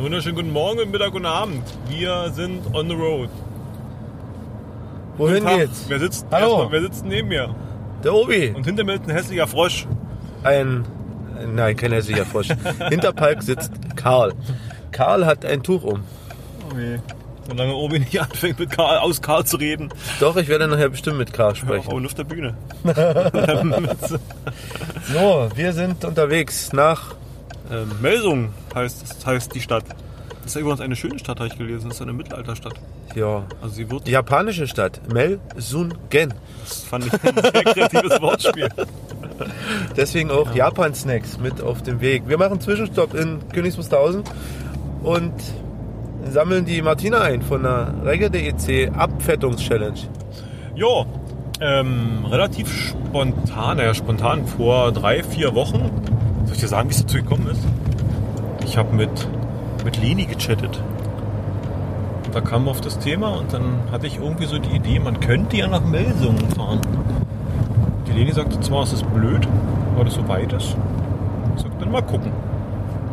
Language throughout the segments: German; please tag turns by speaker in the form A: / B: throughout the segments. A: wunderschönen guten Morgen, guten Mittag, guten Abend. Wir sind on the road.
B: Wohin
A: Tag.
B: geht's?
A: Wer sitzt,
B: Hallo.
A: erstmal, wer sitzt neben mir?
B: Der Obi.
A: Und hinter mir ist ein hässlicher Frosch.
B: Ein. Nein, kein hässlicher Frosch. Hinter Palk sitzt Karl. Karl hat ein Tuch um.
A: Okay. Solange Obi nicht anfängt, mit Karl, aus Karl zu reden,
B: Doch, ich werde nachher bestimmt mit Karl
A: auch
B: sprechen.
A: nur auf der Bühne.
B: So, wir sind unterwegs nach.
A: Ähm, Melsung heißt, das heißt die Stadt. Das ist ja übrigens eine schöne Stadt, habe ich gelesen. Das ist eine Mittelalterstadt.
B: Ja.
A: Also sie wird,
B: Die japanische Stadt Melsungen.
A: das fand ich ein sehr kreatives Wortspiel.
B: Deswegen auch Japan-Snacks mit auf dem Weg. Wir machen Zwischenstopp in Königs Wusterhausen und sammeln die Martina ein von der Reggae.dec Abfettungs-Challenge.
A: Jo, ähm, relativ spontan, naja, spontan vor drei, vier Wochen. Soll ich dir sagen, wie es dazu gekommen ist? Ich habe mit, mit Leni gechattet. Und Da kamen wir auf das Thema und dann hatte ich irgendwie so die Idee, man könnte ja nach Melsungen fahren. Die Leni sagte zwar, es ist blöd, weil das so weit ist. Ich sagte, dann mal gucken.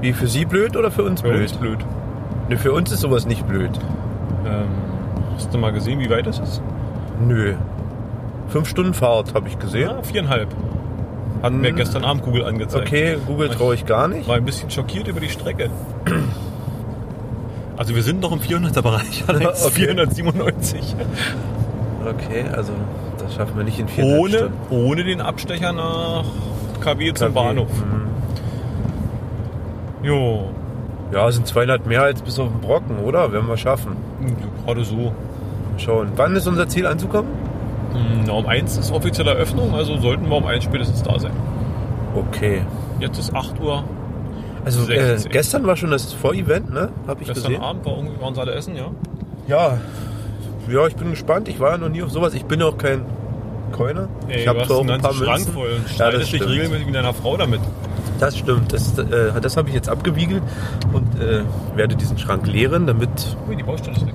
B: Wie für Sie blöd oder für uns
A: Für
B: blöd?
A: uns blöd.
B: Nee, für uns ist sowas nicht blöd.
A: Ähm, hast du mal gesehen, wie weit das ist?
B: Nö. Fünf Stunden Fahrt habe ich gesehen.
A: Ja, Hm. viereinhalb. Hat mir gestern Abend Google angezeigt.
B: Okay, Google traue ich gar nicht.
A: war ein bisschen schockiert über die Strecke. Also wir sind noch im 400er Bereich, allerdings
B: Okay.
A: 497.
B: Okay, also das schaffen wir nicht in vier
A: Ohne,
B: Stunden.
A: ohne den Abstecher nach KW zum
B: KW.
A: Bahnhof.
B: Hm.
A: Jo,
B: Ja, sind 200 mehr als bis auf den Brocken, oder? Werden wir schaffen.
A: gerade so.
B: Mal Schauen. Wann ist unser Ziel anzukommen?
A: Hm, Na, um 1 ist offizielle Eröffnung, also sollten wir um 1 spätestens da sein.
B: Okay.
A: Jetzt ist 8 Uhr.
B: Also äh,
A: 16.
B: gestern war schon das Vorevent, ne? Habe ich
A: Gestern
B: gesehen.
A: Abend war irgendwie, waren sie alle essen, ja?
B: Ja. Ja, ich bin gespannt. Ich war ja noch nie auf sowas. Ich bin ja auch kein Coiner.
A: Ey,
B: ich
A: du
B: habe
A: hast
B: zwar auch
A: einen
B: ein paar
A: ganzen Schrank
B: Münzen.
A: voll.
B: Ja,
A: Streitest
B: das
A: dich
B: stimmt.
A: regelmäßig mit deiner Frau damit.
B: Das stimmt. Das, äh, das habe ich jetzt abgewiegelt und äh, werde diesen Schrank leeren, damit
A: Ui, die Baustelle ist weg.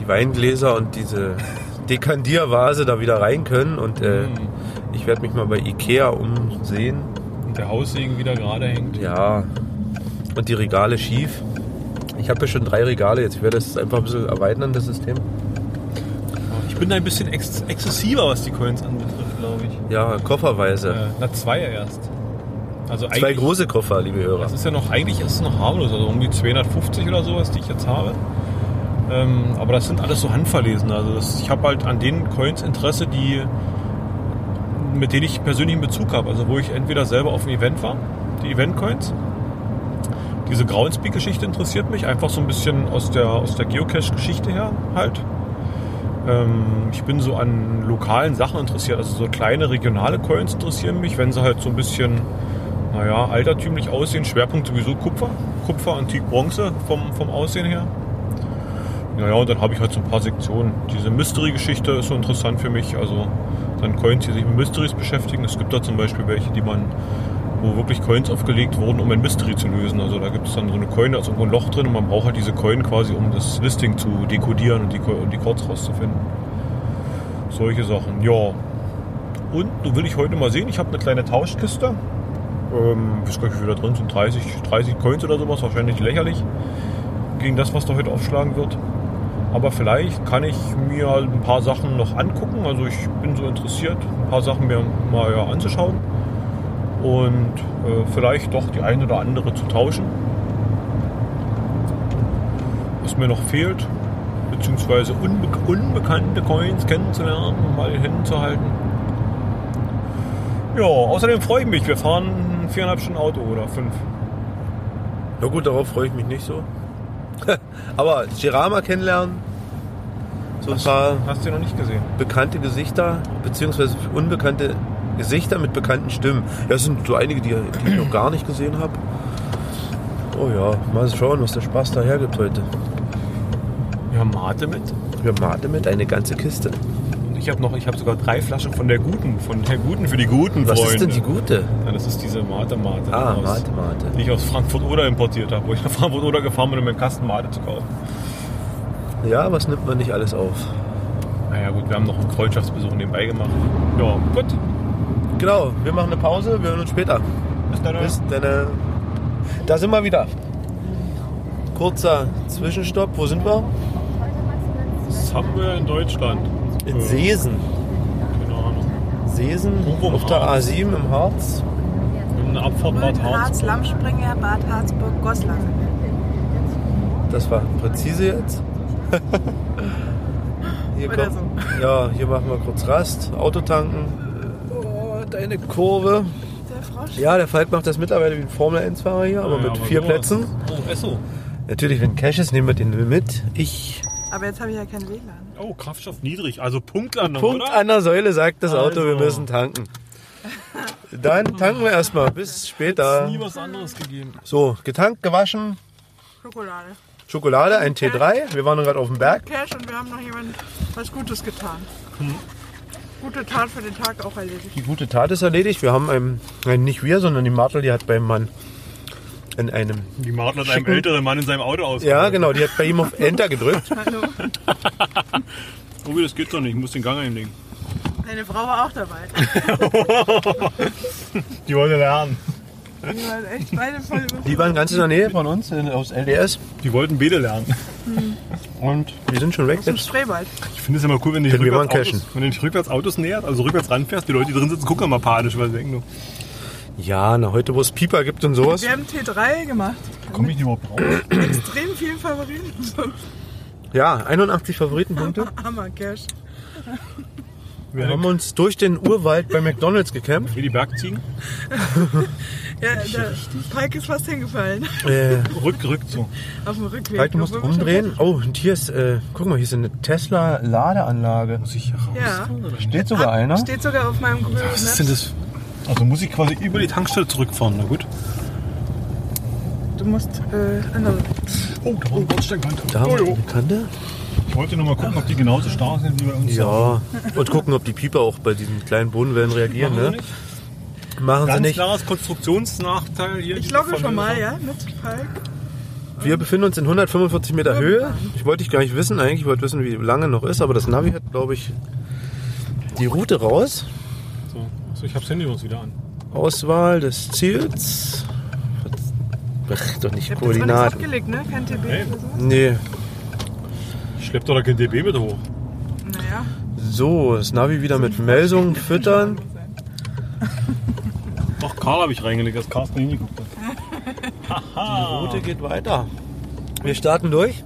B: die Weingläser und diese Dekandiervase da wieder rein können. Und äh,
A: Mhm.
B: ich werde mich mal bei Ikea umsehen.
A: Und der Haussegen wieder gerade hängt.
B: Ja. Und die Regale schief. Ich habe ja schon drei Regale jetzt. Ich werde das einfach ein bisschen erweitern, das System.
A: Ich bin da ein bisschen ex exzessiver, was die Coins anbetrifft, glaube ich.
B: Ja, kofferweise.
A: Äh, na, zwei erst. Also
B: Zwei
A: eigentlich, Also-
B: große Koffer, liebe Hörer.
A: das ist ja noch, eigentlich ist es noch harmlos, also irgendwie 250 oder sowas, die ich jetzt habe. Ähm, aber das sind alles so handverlesen. Also das, ich habe halt an den Coins Interesse, die mit denen ich persönlichen Bezug habe. Also wo ich entweder selber auf dem Event war, die Event-Coins. Diese Groundspeak-Geschichte interessiert mich, einfach so ein bisschen aus der, aus der Geocache-Geschichte her halt. Ähm, ich bin so an lokalen Sachen interessiert, also so kleine regionale Coins interessieren mich, wenn sie halt so ein bisschen, naja, altertümlich aussehen. Schwerpunkt sowieso Kupfer, Kupfer, Antik, Bronze vom, vom Aussehen her. Naja, und dann habe ich halt so ein paar Sektionen. Diese Mystery-Geschichte ist so interessant für mich. Also dann Coins, die sich mit Mysteries beschäftigen. Es gibt da zum Beispiel welche, die man, wo wirklich Coins aufgelegt wurden, um ein Mystery zu lösen. Also da gibt es dann so eine Coin, da ist irgendwo ein Loch drin und man braucht halt diese Coin quasi, um das Listing zu dekodieren und die, Co- und die Codes rauszufinden. Solche Sachen, ja. Und du will ich heute mal sehen, ich habe eine kleine Tauschkiste. Ähm, ich weiß gar nicht, wie viel da drin sind, 30, 30 Coins oder sowas, wahrscheinlich lächerlich. Gegen das, was da heute aufschlagen wird. Aber vielleicht kann ich mir halt ein paar Sachen noch angucken. Also ich bin so interessiert, ein paar Sachen mir mal ja, anzuschauen. Und äh, vielleicht doch die eine oder andere zu tauschen. Was mir noch fehlt, beziehungsweise unbe unbekannte Coins kennenzulernen und mal in Händen zu halten. Ja, außerdem freue ich mich. Wir fahren viereinhalb Stunden Auto oder fünf.
B: Na gut, darauf freue ich mich nicht so. Aber Girama kennenlernen, so ein paar
A: Hast du noch nicht gesehen?
B: bekannte Gesichter, beziehungsweise unbekannte Gesichter mit bekannten Stimmen. Ja, es sind so einige, die, die ich noch gar nicht gesehen habe. Oh ja, mal schauen, was der Spaß da hergibt heute.
A: Wir haben Mate mit.
B: Wir mate mit eine ganze Kiste.
A: Und ich habe noch, ich habe sogar drei Flaschen von der guten, von der guten für die guten
B: Was
A: Freunde.
B: ist denn die gute?
A: Ja, das ist diese Mate Mate.
B: Ah,
A: aus-
B: Mate, Mate.
A: Die ich aus Frankfurt Oder importiert habe, wo ich nach Frankfurt Oder gefahren bin, um mir einen Kasten Mate zu kaufen.
B: Ja, was nimmt man nicht alles auf?
A: Naja gut, wir haben noch einen Freundschaftsbesuch nebenbei gemacht. Ja, gut.
B: Genau, wir machen eine Pause, wir hören uns später.
A: Bis dann.
B: Bis dann. Da sind wir wieder. Kurzer Zwischenstopp. Wo sind wir?
A: Somewhere in Deutschland.
B: In
A: Äh,
B: Seesen.
A: Keine Ahnung.
B: Seesen
A: Irgendwo im
B: auf der
A: Harz.
B: A7 im Harz.
A: Eine Abfahrt Bad
C: Harz,
A: Harz.
C: Lammspringer, Bad Harzburg, Goslar.
B: Das war präzise jetzt. hier
C: Oder
B: kommt, Ja, hier machen wir kurz Rast. Auto tanken. Oh, deine Kurve.
C: Der Frosch.
B: Ja, der Falk macht das mittlerweile wie ein Formel-1-Fahrer hier, aber
A: Ja,
B: mit vier
A: sowas.
B: Plätzen.
A: Oh, Esso.
B: Natürlich, wenn Cash ist, nehmen wir den mit. Ich.
C: Aber jetzt habe ich ja kein WLAN.
A: Oh, Kraftstoff niedrig. Also Punktlandung,
B: Punkt
A: oder?
B: an der Säule sagt das Auto,
A: Also.
B: wir müssen tanken. Dann tanken wir erstmal. Bis
A: Hat's
B: später.
A: nie was anderes gegeben.
B: So, getankt, gewaschen,
C: Schokolade.
B: Schokolade, ein T3. Wir waren gerade auf dem Berg.
C: Cash und wir haben noch jemand was Gutes getan. Gute Tat für den Tag auch erledigt.
B: Die gute Tat ist erledigt. Wir haben einem, nein, nicht wir, sondern die Martel, die hat beim Mann in einem.
A: Die Martin hat einem
B: Schicken.
A: älteren Mann in seinem Auto aus.
B: Ja, genau, die hat bei ihm auf Enter gedrückt.
C: Hallo.
A: Oh, das geht doch nicht. Ich muss den Gang einlegen.
C: Meine Frau war auch dabei.
A: Die wollte lernen.
C: Die waren echt beide voll über.
B: Die waren ganz in der Nähe von uns in, aus LDS
A: Die wollten Bede lernen.
B: Hm. und wir sind schon weg.
C: Zum Spreewald.
A: Ich finde es immer cool, wenn du dich
B: Können wir
A: rückwärts,
B: mal cashen.
A: Autos, wenn du dich rückwärts Autos näherst, also rückwärts ranfährst, die Leute, die drin sitzen, gucken immer panisch, weil sie denken, nur,
B: Ja, na, heute, wo es Pieper gibt und sowas.
C: Wir haben T3 gemacht.
A: komm ich nicht überhaupt raus?
C: Extrem viel Favoriten. So,
B: Ja, 81 Favoritenpunkte.
C: Hammer, Cash.
B: Wir haben uns durch den Urwald bei McDonalds gekämpft.
A: Wie die Bergziegen?
C: Ja, der Pike ist fast hingefallen.
B: Äh,
A: Rück, rück so.
C: Auf dem Rückweg.
B: Falk, du musst
C: Obwohl wir schon-
B: umdrehen. Oh, und hier ist, äh, guck mal, hier ist eine Tesla-Ladeanlage.
A: Muss ich raus?
C: Ja.
B: Steht sogar einer.
C: Steht sogar auf meinem ne? Google
A: Was ist
C: Maps.
A: denn das? Also muss ich quasi über die Tankstelle zurückfahren, na gut.
C: Du musst äh, andere.
A: Oh, da war ein Bordsteinkante.
B: Da haben
A: Oh,
B: wir
A: jo.
B: eine Kante.
A: Ich wollte nur mal gucken, ob die genauso stark sind wie bei uns.
B: Ja, und gucken, ob die Pieper auch bei diesen kleinen Bodenwellen reagieren.
A: Machen sie
B: Ne? Machen sie
A: Ganz
B: nicht.
A: klares Konstruktionsnachteil hier.
C: Ich
A: diese
C: logge schon
A: Vermögen.
C: mal, ja, mit Falk.
B: Wir befinden uns in 145 Meter Höhe. Ich wollte dich gar nicht wissen eigentlich. Ich wollte wissen, wie lange noch ist. Aber das Navi hat, glaube ich, die Route raus.
A: So. Achso, ich hab's Handy uns wieder an.
B: Auswahl des Ziels. Ach, doch nicht
C: Ich hab jetzt mal nichts
B: Koordinaten.
C: abgelegt, ne? Kein TB
A: Nee.
C: oder so.
B: Nee.
A: Ich schlepp doch da kein DB mit hoch.
C: Naja.
B: So, das Navi wieder mit Melsungen füttern.
A: Ach, Karl habe ich reingelegt, dass Carsten hingeguckt hat.
B: Die Route geht weiter. Wir starten durch.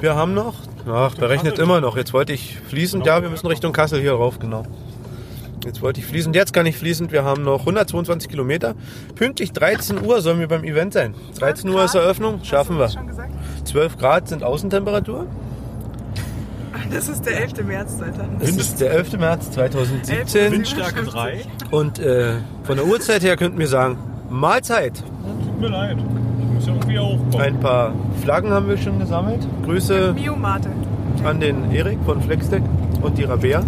B: Wir haben noch. Ach, der rechnet immer noch. Jetzt wollte ich fließend. Ja, wir müssen Richtung Kassel hier rauf, genau. Jetzt wollte ich fließend. Jetzt kann ich fließend. Wir haben noch 122 Kilometer. Pünktlich 13 Uhr sollen wir beim Event sein. 13 Uhr ist Eröffnung. Schaffen wir.
C: Hast du das schon gesagt?
B: 12 Grad sind Außentemperatur.
C: Das ist der 11. März, Alter.
B: Es ist der 11. März 2017.
A: Windstärke 3.
B: Und äh, von der Uhrzeit her könnten wir sagen, Mahlzeit.
A: Tut mir leid. Ich muss ja irgendwie auch kommen.
B: Ein paar Flaggen haben wir schon gesammelt. Grüße
C: Biomate.
B: an den Erik von Flextech und die Rabea.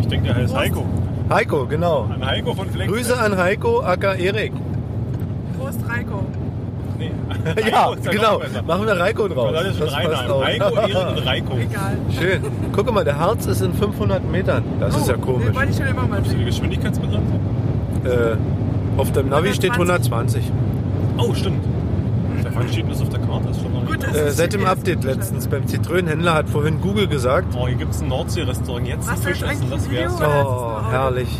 A: Ich denke, der heißt Heiko.
B: Heiko, genau.
A: An Heiko von Flex.
B: Grüße an Heiko, aka Erik.
C: Prost, Reiko.
A: Nee.
B: Ja,
A: Heiko ist
B: genau.
A: noch besser.
B: Machen wir Reiko draus.
A: Das ist schon
B: passt
A: Rainer.
B: auch.
A: Heiko, Erik und Reiko.
C: Egal.
B: Schön. Guck mal, der Harz ist in 500 Metern. Das ist ja
C: Den
B: komisch.
C: wollte Oh, ich schon immer mal
A: Hast du
C: sehen.
A: die Geschwindigkeitsbegrenzung?
B: Äh, auf dem Navi steht 120.
A: Oh, stimmt. Der Fang steht das auf der Karte. Ist schon noch nicht.
C: Gut, das
B: Äh,
C: ist
B: seit dem
C: GPS.
B: Update letztens beim Zitrönenhändler hat vorhin Google gesagt,
A: Oh, hier gibt es ein Nordsee-Restaurant. Jetzt ein
C: Was,
A: Fisch
C: das ist
A: essen, das
C: eigentlich ein
A: wär's.
C: Video? Oder ist es nur
B: oh,
C: Audio?
B: herrlich.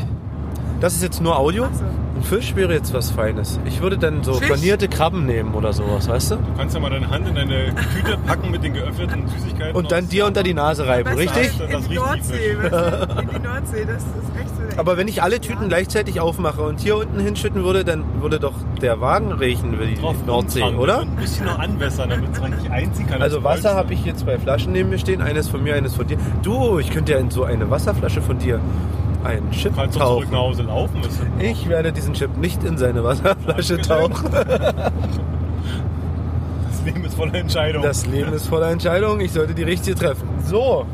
B: Das ist jetzt nur Audio.
C: Ach so.
B: Ein Fisch wäre jetzt was Feines. Ich würde dann so
C: Fisch?
B: panierte Krabben nehmen oder sowas, weißt du?
A: Du kannst ja mal deine Hand in deine Tüte packen mit den geöffneten Süßigkeiten.
B: Und dann
A: aus-
B: dir unter die Nase reiben,
C: Weißt du,
B: richtig?
A: Das
C: In
A: riecht
C: die
A: wie
C: Nordsee,
A: Fisch.
C: weißt du? In die Nordsee, das ist echt so der
B: Aber wenn ich alle Tüten gleichzeitig aufmache und hier unten hinschütten würde, dann würde doch der Wagen riechen über die
A: drauf
B: Nordsee,
A: rumtragen.
B: oder?
A: Ein bisschen noch anwässern, damit es man nicht einziehen kann.
B: Also Wasser habe
A: ich.
B: ich hier zwei Flaschen neben mir stehen, eines von mir, eines von dir. Du, ich könnte ja in so eine Wasserflasche von dir einen Chip
A: Du kannst doch zurück
B: tauchen.
A: nach Hause laufen müssen.
B: Ich werde diesen Chip nicht in seine Wasserflasche
A: Dankeschön.
B: tauchen.
A: Das Leben ist voller Entscheidungen.
B: Das Leben ist voller Entscheidungen, ich sollte die richtige treffen. So,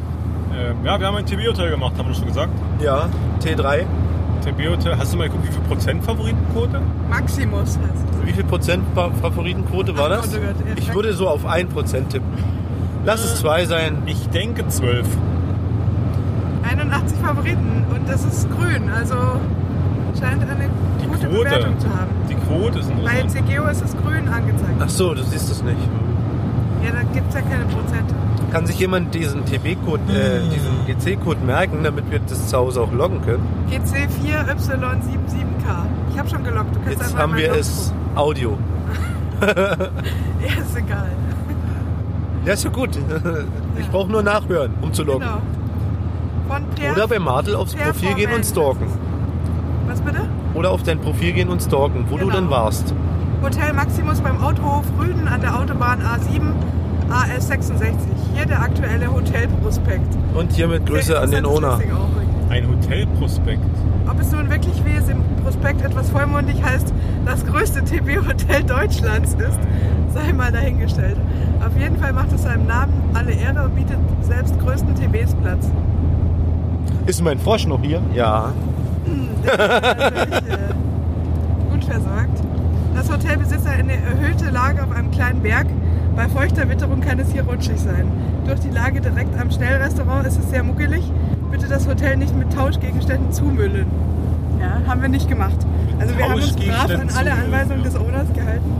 A: Ähm, ja, wir haben ein TB-Hotel gemacht, haben wir schon gesagt.
B: ja, T3.
A: TB-Hotel, hast du mal geguckt, wie viel Prozent Favoritenquote?
C: Maximus heißt es.
B: Wie viel Prozent Fa- Favoritenquote war
C: Ach
B: das?
C: Gott, oh Gott, Äh. ja,
B: Ich
C: danke.
B: würde so auf 1% tippen. Lass es 2 sein.
A: Ich denke 12.
C: 81 Favoriten und das ist grün, also scheint eine
A: Die
C: gute gute
A: Quote.
C: Bewertung zu haben.
A: Die Quote ist
C: Bei
A: interessant.
C: CGO ist es grün angezeigt.
B: Ach so, du siehst es nicht.
C: Ja, da gibt es ja keine Prozente.
B: Kann sich jemand diesen TB-Code, äh,
C: Hm.
B: diesen GC-Code merken, damit wir das zu Hause auch loggen können?
C: GC4Y77K. Ich habe schon gelockt. Du kannst
B: Jetzt
C: einfach
B: haben
C: mal
B: wir
C: Log
B: es Audio.
C: gucken. Ja, ist egal.
B: Ja, ist ja gut. Ich brauche nur nachhören, um zu loggen.
C: Genau. Von per,
B: Oder bei Martel aufs
C: per
B: Profil gehen und
C: Format.
B: stalken.
C: Was bitte?
B: Oder auf dein Profil gehen und stalken, wo du
C: Genau.
B: dann warst.
C: Hotel Maximus beim Autohof Rüden an der Autobahn A7 AS66. Hier der aktuelle Hotelprospekt.
B: Und hiermit Grüße
C: Sehr
B: an den
C: interessantes
B: Owner.
C: Listing auch übrigens.
A: Ein Hotelprospekt.
C: Ob es nun wirklich, wie es im Prospekt etwas vollmundig heißt, das größte TB-Hotel Deutschlands ist, sei mal dahingestellt. Auf jeden Fall macht es seinem Namen alle Ehre und bietet selbst größten TBs Platz.
D: Ist mein Frosch noch hier?
B: Ja.
C: Natürlich, äh, gut versorgt. Das Hotel besitzt eine erhöhte Lage auf einem kleinen Berg. Bei feuchter Witterung kann es hier rutschig sein. Durch die Lage direkt am Schnellrestaurant ist es sehr muckelig. Bitte das Hotel nicht mit Tauschgegenständen zumüllen. Ja, haben wir nicht gemacht. Also wir haben uns brav an
A: Tauschgegenständen
C: alle
A: zumüllen,
C: Anweisungen
A: ja.
C: des Owners gehalten.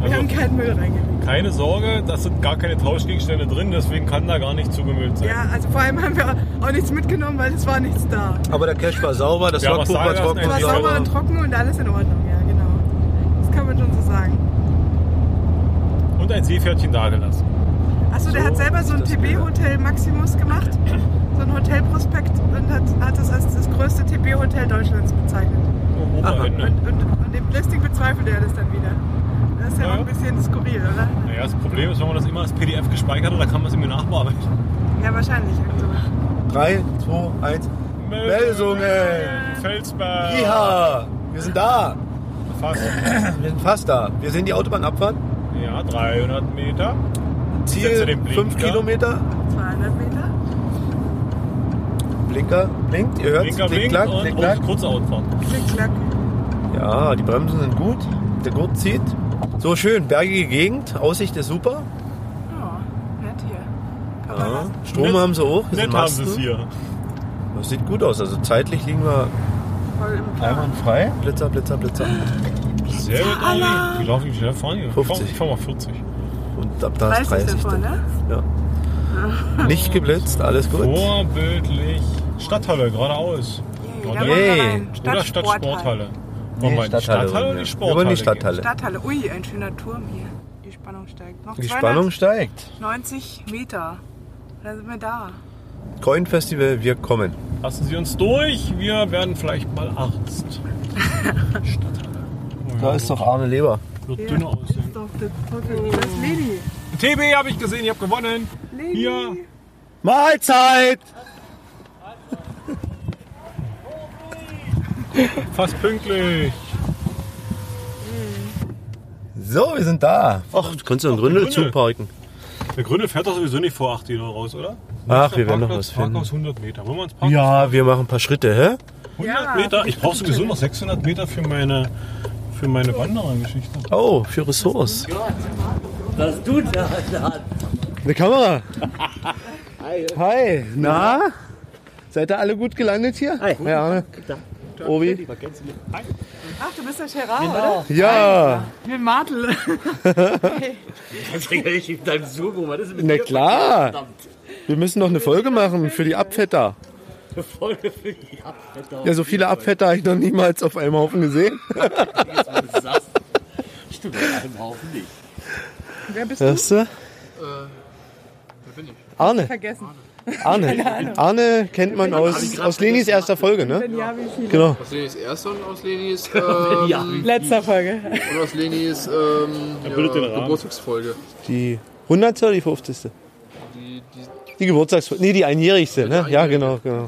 C: Wir
A: Also-
C: haben keinen Müll reingelegt.
A: Keine Sorge, das sind gar keine Tauschgegenstände drin, deswegen kann da gar nicht zugemüllt sein.
C: Ja, also vor allem haben wir auch nichts mitgenommen, weil es war nichts da.
B: Aber der Cash war sauber, das
A: Ja, aber
B: Logbuch
A: sagen
B: war
A: lassen,
B: trocken.
A: ey,
C: Es war
A: Ja.
C: sauber und trocken und alles in Ordnung, ja genau. Das kann man schon so sagen.
A: Und ein Seepferdchen dagelassen.
C: Achso, der hat selber so ein
B: das geht.
C: TB-Hotel Maximus gemacht, so ein Hotelprospekt und hat, hat es als das größte TB-Hotel Deutschlands bezeichnet.
A: Oh, Oberende.
C: Und, und, und im Listing bezweifelt er das dann wieder. Das ist ja,
A: Ja.
C: auch ein bisschen skurril, oder?
A: Naja, das Problem ist, wenn man das immer als PDF gespeichert hat, dann kann man es irgendwie nachbearbeiten.
C: Ja, wahrscheinlich. Also.
B: 3, 2, 1. Melsungen!
A: Felsberg!
B: Iha! Wir sind da!
A: Fast.
B: Wir sind fast da. Wir sehen die Autobahnabfahrt.
A: Ja, 300 Meter. Setze
B: Ziel
A: den Blinker.
B: 5 Kilometer.
C: 200 Meter?
B: Blinker blinkt, ihr hört
A: Linker Blink
B: klack,
A: und
B: klick,
A: kurz
B: klack.
A: kurze Outfahren.
C: Klick, klack.
B: Ja, die Bremsen sind gut, der Gurt zieht. So schön, bergige Gegend, Aussicht ist super.
C: Ja, nett hier. Kann man
B: Ja.
C: lassen.
B: Strom
A: Nett-
B: haben sie auch, hier
A: Nett
B: sind
A: haben sie es
B: Masten.
A: hier.
B: Das sieht gut aus, also zeitlich liegen wir
C: Voll im Plan.
B: einwandfrei. Blitzer, Blitzer, Blitzer.
A: Sehr gut, Olli. Wie laufen die schnell fahren hier?
B: 50.
A: Ich fahr mal 40.
B: Und ab da ist
C: 30
B: 30.
C: davor, ne?
B: Ja. Nicht geblitzt, alles gut.
A: oh Vorbildlich. Stadthalle, geradeaus.
C: Yay,
A: Oder-
C: da wollen wir
B: Yay.
C: rein.
A: Oder
C: Stadtsporthalle.
A: Stadtsporthalle. Wollen wir in die Stadthalle oder
B: ja.
A: die
B: Wir
A: Sporthalle?
B: wollen die
A: gehen?
B: Stadthalle.
C: Stadthalle. Ui, ein schöner Turm hier. Die Spannung steigt. Noch
B: Die
C: 200
B: Spannung steigt.
C: 90 Meter. Dann sind wir da.
B: Coin Festival, wir kommen.
A: Lassen Sie uns durch, wir werden vielleicht mal Arzt. Stadthalle. Oh,
B: Da
A: ja,
B: ist doch Arne Leber.
A: Wird dünner aussehen.
C: doch das Fucking. Das ist Leni.
A: TB habe ich gesehen, ich habe gewonnen.
C: Leni.
A: Hier.
B: Mahlzeit!
A: Fast pünktlich.
B: So, wir sind da. Ach, du kannst ja einen Gründel
A: Gründel.
B: zuparken.
A: Der Grüne fährt doch sowieso nicht vor 8 Uhr raus, oder?
B: Ach, wir werden noch was
A: Parkplatz,
B: finden.
A: Parkhaus 100 Meter. Wollen wir ins Parkhaus?
B: Ja, wir machen ein paar Schritte, hä?
A: 100
C: Ja.
A: Meter. Ich brauche sowieso noch 600 Meter für meine, für meine Wanderergeschichte.
B: Oh, für Ressorts.
E: Was du da hast.
B: Eine Kamera. Hi. Na? Seid ihr alle gut gelandet hier?
E: Hi.
B: Ja, ne? Obi?
C: Ach, du bist der Gerard, oder?
B: Ja.
C: Ich bin Martel.
E: Ich denke nicht mit deinem Sugo, was ist denn mit
B: Na
E: dir?
B: klar.
E: Verdammt,
B: Wir müssen noch eine Folge machen für die Abfetter.
E: eine Folge für die Abfetter.
B: Ja, so viele Abfetter habe ich noch niemals auf einem Haufen gesehen.
E: Jetzt, wo du sagst. Stimmt, auf einem Haufen nicht.
C: Wer bist du?
B: Hörst
E: Äh,
B: du? Arne,
C: Vergessen.
B: Arne. Arne kennt man aus, aus Lenis erster Folge, ne?
C: Wenn ja, wie viele?
B: Genau.
F: Lenis erster und aus Lenis, ähm,
E: Ja,
C: Letzter Folge.
F: und aus Lenis ähm,
A: bildet den
F: ja,
A: Rahmen.
F: Geburtstagsfolge.
B: Die 100. oder die 50.
F: Die, die,
B: Die Geburtstagsfolge. Nee, die einjährigste, ne? Ja, genau, genau.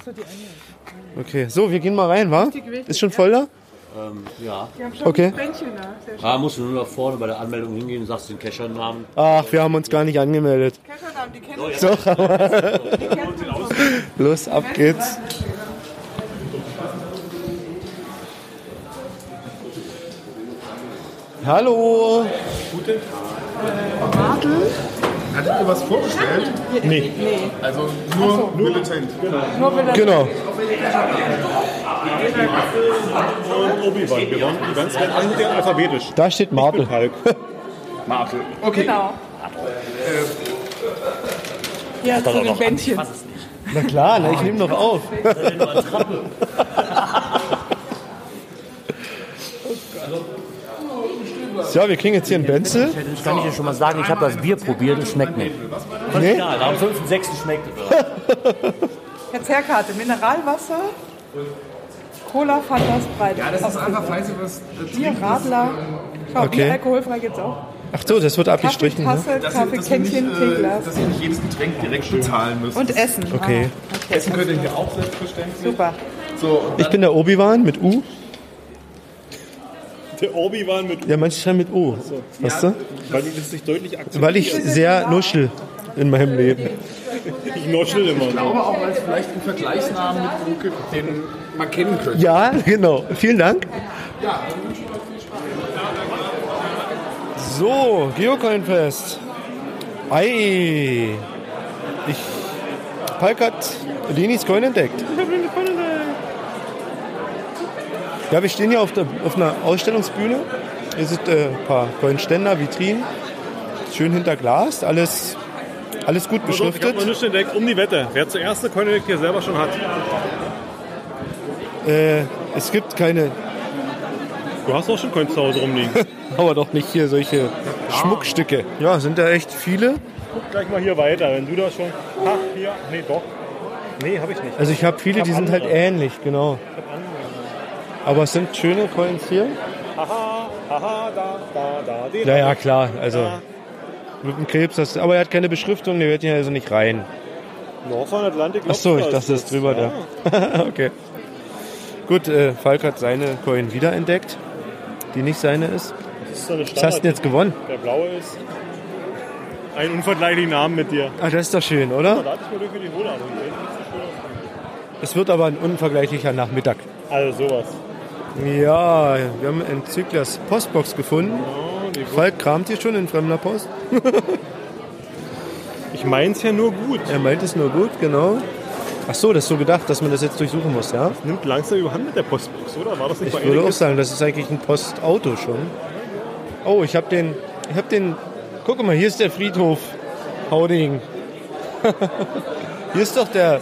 B: Okay, so, wir gehen mal rein, wa? Ist schon voll da?
E: ähm, ja.
C: Wir haben schon
B: Okay.
C: ein Bändchen da. Sehr schön.
E: Da musst du nur nach vorne bei der Anmeldung hingehen und sagst den Kescher-Namen.
B: Ach, wir haben uns gar nicht angemeldet.
C: Keschernamen, die kennen uns.
B: So, los, ab geht's. Hallo.
C: Martel.
G: Hattet ihr was vorgestellt?
B: Nee.
G: Also nur militant.
B: Genau.
A: Und Obi-Wan. Wir waren die ganze Zeit eigentlich alphabetisch.
B: Da steht Martel.
A: Hulk.
E: Martel.
G: Okay,
C: Genau. Ja, zu den Bändchen.
E: Was ist nicht?
B: Na klar, ne, ich nehme noch auf. So, wir kriegen jetzt hier einen Benzel.
E: Challenge kann ich dir schon mal sagen, ich habe das Bier probiert und schmeckt nicht.
B: Nee?
E: Ja, am 5.6. schmeckt es.
C: Verzehrkarte, Mineralwasser, Cola, Fanta, Sprite. Ja, das ist einfach fleißig was. äh, Bier, Radler. Schau,
B: Okay.
C: Bier, alkoholfrei geht's auch.
B: Ach so, das wird
C: Kaffee,
B: abgestrichen. Ne?
C: Tasse, Kaffee,
G: dass wir nicht,
C: Kännchen,
G: äh,
C: Teeglas.
G: dass ihr nicht jedes Getränk direkt bezahlen müsst.
C: Und Essen.
B: Okay.
C: Ah, okay.
G: Essen könnt ihr hier auch selbstverständlich.
C: Super.
G: So, und
B: Ich bin der Obi-Wan mit U.
A: Der Obi-Wan mit
B: Ja, manche schreiben mit O. Weißt du?
A: Weil die das sich deutlich akzeptieren.
B: Weil ich sehr nuschel in meinem Leben.
A: Ich nuschel immer.
H: Aber auch als vielleicht einen Vergleichsnamen mit Luke, den man kennen könnte.
B: Ja, genau. Vielen Dank. So, Geocoin-Fest. Ei. Ich, Palk hat Lenis Coin entdeckt. Ja, wir stehen hier auf, der, auf einer Ausstellungsbühne. Hier sind äh, ein paar Coinständer, Vitrinen. Schön hinter Glas, alles, alles gut
A: Ich habe noch
B: beschriftet.
A: nicht entdeckt, um die Wette. Wer zuerst eine Coin entdeckt, der selber schon hat.
B: Es gibt keine
A: Du hast auch schon Coins zu Hause rumliegen.
B: Aber doch nicht hier solche Schmuckstücke. Ja, sind da echt viele.
A: Guck gleich mal hier weiter, wenn du da schon. Ach, hier. Nee, doch. Nee, habe ich nicht.
B: Also ich habe viele, die sind halt ähnlich, genau. Aber es sind schöne Coins hier.
A: Haha, haha, da, da, da. Den
B: Ja, ja, klar. Also mit dem Krebs, das, aber er hat keine Beschriftung, der wird hier also nicht rein.
A: Northern Atlantic.
B: Ach so, ich
A: Lobster
B: dachte, das ist drüber da. okay. Gut, äh, Falk hat seine Coin wiederentdeckt, die nicht seine ist.
A: Das ist so eine
B: Was hast du denn
A: Standard.
B: jetzt gewonnen?
A: Der blaue ist. Ein unvergleichlichen Namen mit dir.
B: Ah, das ist doch schön, oder?
A: Da hatte ich mir durch die Hole abgegeben.
B: Es wird aber ein unvergleichlicher Nachmittag.
A: Also sowas.
B: Ja, wir haben in Zyklers Postbox gefunden. Falk kramt hier schon in fremder Post.
A: Ich mein's ja nur gut.
B: Er meint es nur gut, genau. Ach so, das ist so gedacht, dass man das jetzt durchsuchen muss, ja?
A: Nimmt langsam überhand mit der Postbox, oder? War das nicht
B: Ich
A: bei
B: würde auch
A: Erik?
B: sagen, das ist eigentlich ein Postauto schon. Oh, ich habe den, ich habe den, guck mal, hier ist der Friedhof Hauding. hier ist doch der,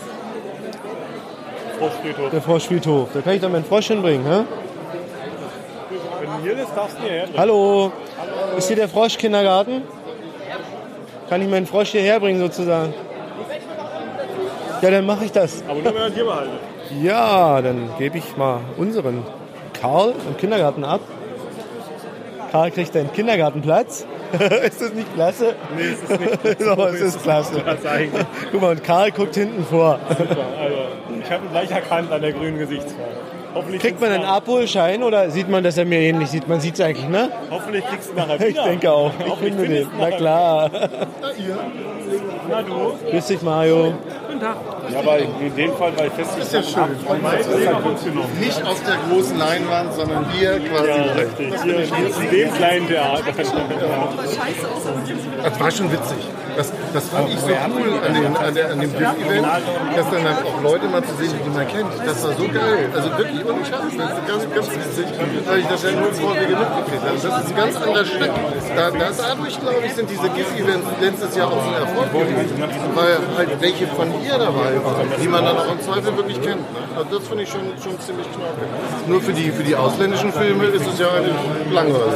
A: Postfriedhof.
B: der Froschfriedhof. Da kann ich doch meinen Frosch hinbringen, hä?
A: Wenn hier ist, darfst du nicht hernehmen.
B: Hallo, ist hier der Froschkindergarten? Kann ich meinen Frosch hierher bringen sozusagen? Ja, dann mache ich das.
A: Aber nur wenn er hier behalten.
B: Ja, dann gebe ich mal unseren Karl im Kindergarten ab. Karl kriegt einen Kindergartenplatz. ist das nicht klasse?
A: Nee, es ist nicht.
B: Doch, es ist klasse.
A: Das eigentlich.
B: Guck mal, und Karl guckt hinten vor.
A: Also, ich habe ihn gleich erkannt an der grünen Gesichtsfarbe. Hoffentlich
B: Kriegt man einen
A: kriegst du
B: Abholschein oder sieht man, dass er mir ähnlich sieht? Man sieht es eigentlich, ne?
A: nachher- Hoffentlich kriegst du nachher wieder.
B: Ich denke auch. Ich
A: Hoffentlich
B: finde den.
A: findest du
B: Na
A: nachher-
B: klar.
A: Na du.
B: Grüß dich, Mario.
A: Ja, aber in dem Fall, weil ich fest
G: das ist ja schön. Nicht auf der großen Leinwand, sondern hier quasi
A: Ja,
G: direkt.
A: richtig. Hier in dem kleinen Theater.
G: Das war schon witzig. Das, das fand ich so cool an, den, an, der, an dem Film-Event, dass dann halt auch Leute mal zu sehen, die man kennt. Das war so geil. Also wirklich ohne Scheiß. Das ist ganz, ganz witzig, weil ich das ja nur vorher mitgekriegt habe. Das ist ein ganz anderer Schritt. Da, das dadurch, glaube ich, sind diese GIS-Events letztes Jahr auch so ein Erfolg gewesen. Weil halt welche von ihr dabei waren, die man dann auch im Zweifel wirklich kennt. ne? Also das finde ich schon, schon ziemlich knacke. Nur für die, für die ausländischen Filme ist es ja eigentlich langweilig.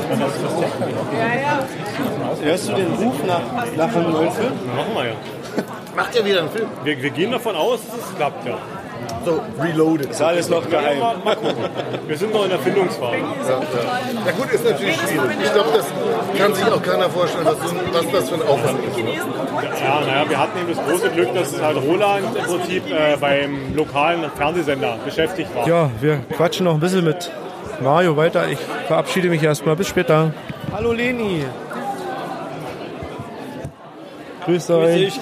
B: Hörst du den Ruf nach, nach dem Läufe?
A: Machen wir ja.
G: Macht ja wieder einen Film.
A: Wir, wir gehen davon aus, dass es klappt, ja.
G: So, Reloaded.
B: Ist alles noch geheim.
A: Mal, mal gucken. Wir sind noch in der Findungsphase.
G: Ja gut, ist natürlich schwierig. Ich glaube, das kann sich auch keiner vorstellen, was, so ein- was das für ein Aufwand ist. Ne?
A: Ja, naja, wir hatten eben das große Glück, dass halt Roland im Prinzip äh, beim lokalen Fernsehsender beschäftigt war.
B: Ja, wir quatschen noch ein bisschen mit Mario weiter. Ich verabschiede mich erstmal. Bis später. Hallo Leni. Grüß euch.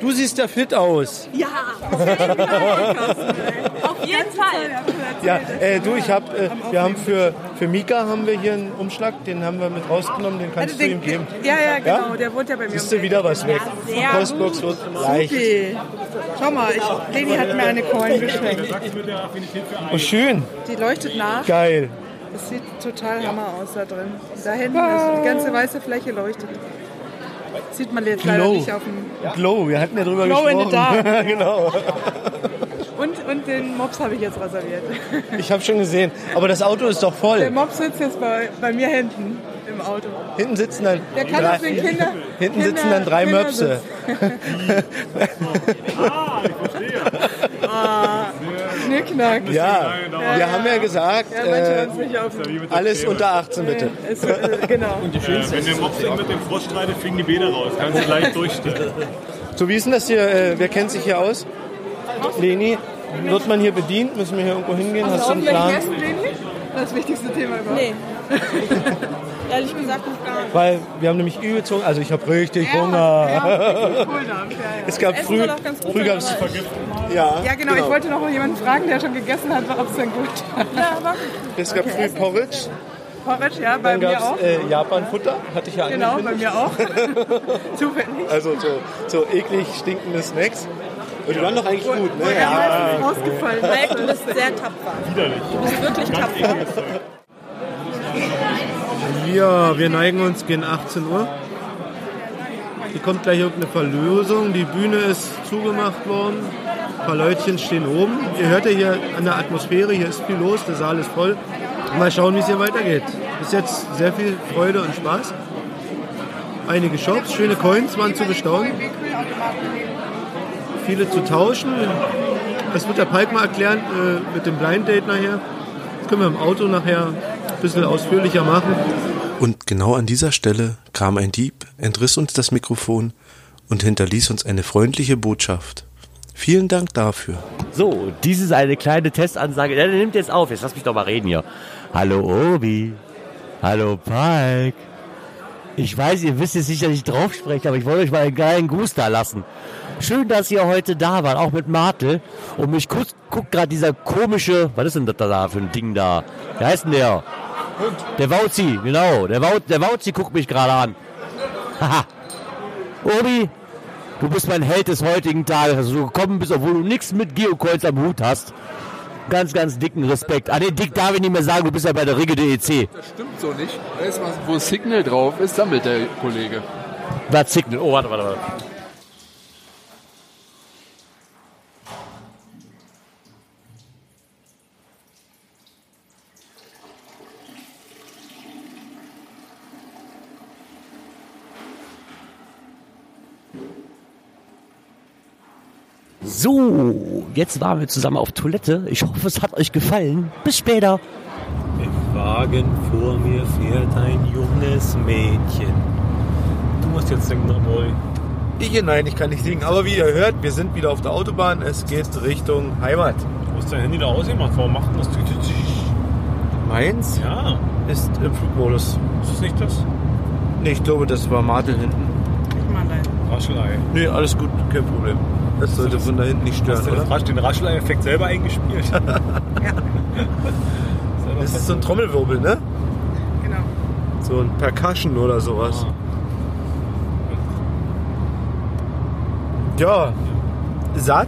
B: Du siehst da fit aus.
C: Ja, auf jeden Fall.
I: Auf jeden Fall.
B: Ja, äh, du, ich hab, äh, wir haben für, für Mika haben wir hier einen Umschlag, den haben wir mit rausgenommen, den kannst
C: Also
B: du ihm
C: den,
B: geben.
C: ja, ja, genau,
B: Ja?
C: der wohnt ja bei mir.
B: Siehst
C: um
B: du wieder was weg.
I: sehr
B: Postbox
I: gut.
B: wird leicht.
C: die Ecke. Schau mal, ich, Leni hat mir eine Coin geschenkt.
B: Oh, schön.
C: Die leuchtet nach.
B: Geil.
C: Es sieht total Hammer aus da drin. Da hinten,
B: Ah.
C: also die ganze weiße Fläche leuchtet. Sieht man jetzt leider
B: Glow.
C: nicht auf dem...
B: Glow, wir hatten ja drüber
C: Glow in the
B: gesprochen. genau.
C: Und, und den Mops habe ich jetzt reserviert.
B: Ich habe schon gesehen. Aber das Auto ist doch
C: Der
B: voll.
C: Mops sitzt jetzt bei, bei mir hinten im Auto.
B: Hinten sitzen dann
C: Der kann
B: drei,
C: auf den Kinder...
B: hinten
C: Kinder,
B: sitzen dann drei
C: Kinder
B: Möpse.
A: Ah,
C: Knickknack.
B: Ja, wir haben ja gesagt,
C: Ja, manche
B: äh,
C: hören es nicht auf.
B: alles unter 18 bitte.
C: Es, äh, genau.
J: wenn der Mops mit dem Frosch streitet, fliegen die Bäder raus. Kannst du gleich durchstellen.
B: So, wie ist denn das hier? Äh, wer kennt sich hier aus? Leni, wird man hier bedient? Müssen wir hier irgendwo hingehen?
C: Also
B: Hast du einen Plan?
C: Das wichtigste Thema überhaupt.
I: Nee. Ehrlich gesagt, nicht gar nicht.
B: Weil wir haben nämlich übel gezogen. Also ich habe richtig Hunger.
C: Ja, cool da. Ja, ja.
B: Es gab
I: Essen
B: früh,
I: soll auch ganz gut
B: früh
I: sein,
B: gab es
I: aber-
B: ja,
C: ja genau, ich wollte noch jemanden fragen, der schon gegessen hat, ob es denn gut war.
I: Ja, aber
B: es gab früh Porridge,
C: Porridge, ja, bei
B: dann
C: mir
B: gab
C: auch.
B: es äh, Japan-Futter, hatte ich ja
C: genau, bei
B: angekündigt.
C: mir auch. Zufällig.
B: Also so, so eklig stinkende Snacks. Und die waren doch eigentlich gut, ne?
C: Ja, meistens ausgefallen.
I: Mike, du bist sehr tapfer. Du bist wirklich tapfer.
B: Ja, wir neigen uns gegen 18 Uhr. Hier kommt gleich irgendeine Verlösung. Die Bühne ist zugemacht worden. Ein paar Leutchen stehen oben. Ihr hört ja hier an der Atmosphäre, hier ist viel los, der Saal ist voll. Mal schauen, wie es hier weitergeht. Bis jetzt sehr viel Freude und Spaß. Einige Shops, schöne Coins waren zu bestaunen. Viele zu tauschen. Das wird der Palk mal erklären äh, mit dem Blind Date nachher. Das können wir im Auto nachher ein bisschen ausführlicher machen.
K: Und genau an dieser Stelle kam ein Dieb, entriss uns das Mikrofon und hinterließ uns eine freundliche Botschaft. Vielen Dank dafür.
E: So, dies ist eine kleine Testansage. Ja, der nimmt jetzt auf. Jetzt lass mich doch mal reden hier. Hallo Obi. Hallo Palk. Ich weiß, ihr wisst jetzt nicht, dass ich drauf spreche, aber ich wollte euch mal einen geilen Gruß da lassen. Schön, dass ihr heute da wart, auch mit Martel. Und mich guckt, guckt gerade dieser komische, was ist denn das da für ein Ding da? Wie heißt denn der? Der Wauzi, genau. Der, Wau, der Wauzi guckt mich gerade an. Haha. Obi, Du bist mein Held des heutigen Tages, dass du gekommen bist, obwohl du nichts mit Geocoins am Hut hast. Ganz, ganz dicken Respekt. Ah, den Dick darf ich nicht mehr sagen, du bist ja bei der E Rigge DEC.
G: Das stimmt so nicht. Alles, was, wo Signal drauf ist, sammelt der Kollege.
E: Das Signal. Oh, warte, warte, warte. So, jetzt waren wir zusammen auf Toilette. Ich hoffe, es hat euch gefallen. Bis später.
A: Im Wagen vor mir fährt ein junges Mädchen. Du musst jetzt singen, Amori.
L: Ich, nein, ich kann nicht singen. Aber wie ihr hört, wir sind wieder auf der Autobahn. Es geht Richtung Heimat.
A: Wo ist dein Handy da ausgemacht? Warum macht denn das?
L: Meins
A: Ja,
L: ist im Flugmodus.
A: ist das nicht das?
L: Nee, ich glaube, das war Martel hinten.
A: Raschelei.
L: Nee, alles gut, kein Problem. Das sollte von da hinten nicht
A: Hast
L: stören,
A: du das
L: oder?
A: Rasch, den Raschelei-Effekt selber eingespielt? ja.
L: Das ist so ein Trommelwirbel, ne?
C: Genau.
L: So ein Percussion oder sowas. Ah. Ja, satt?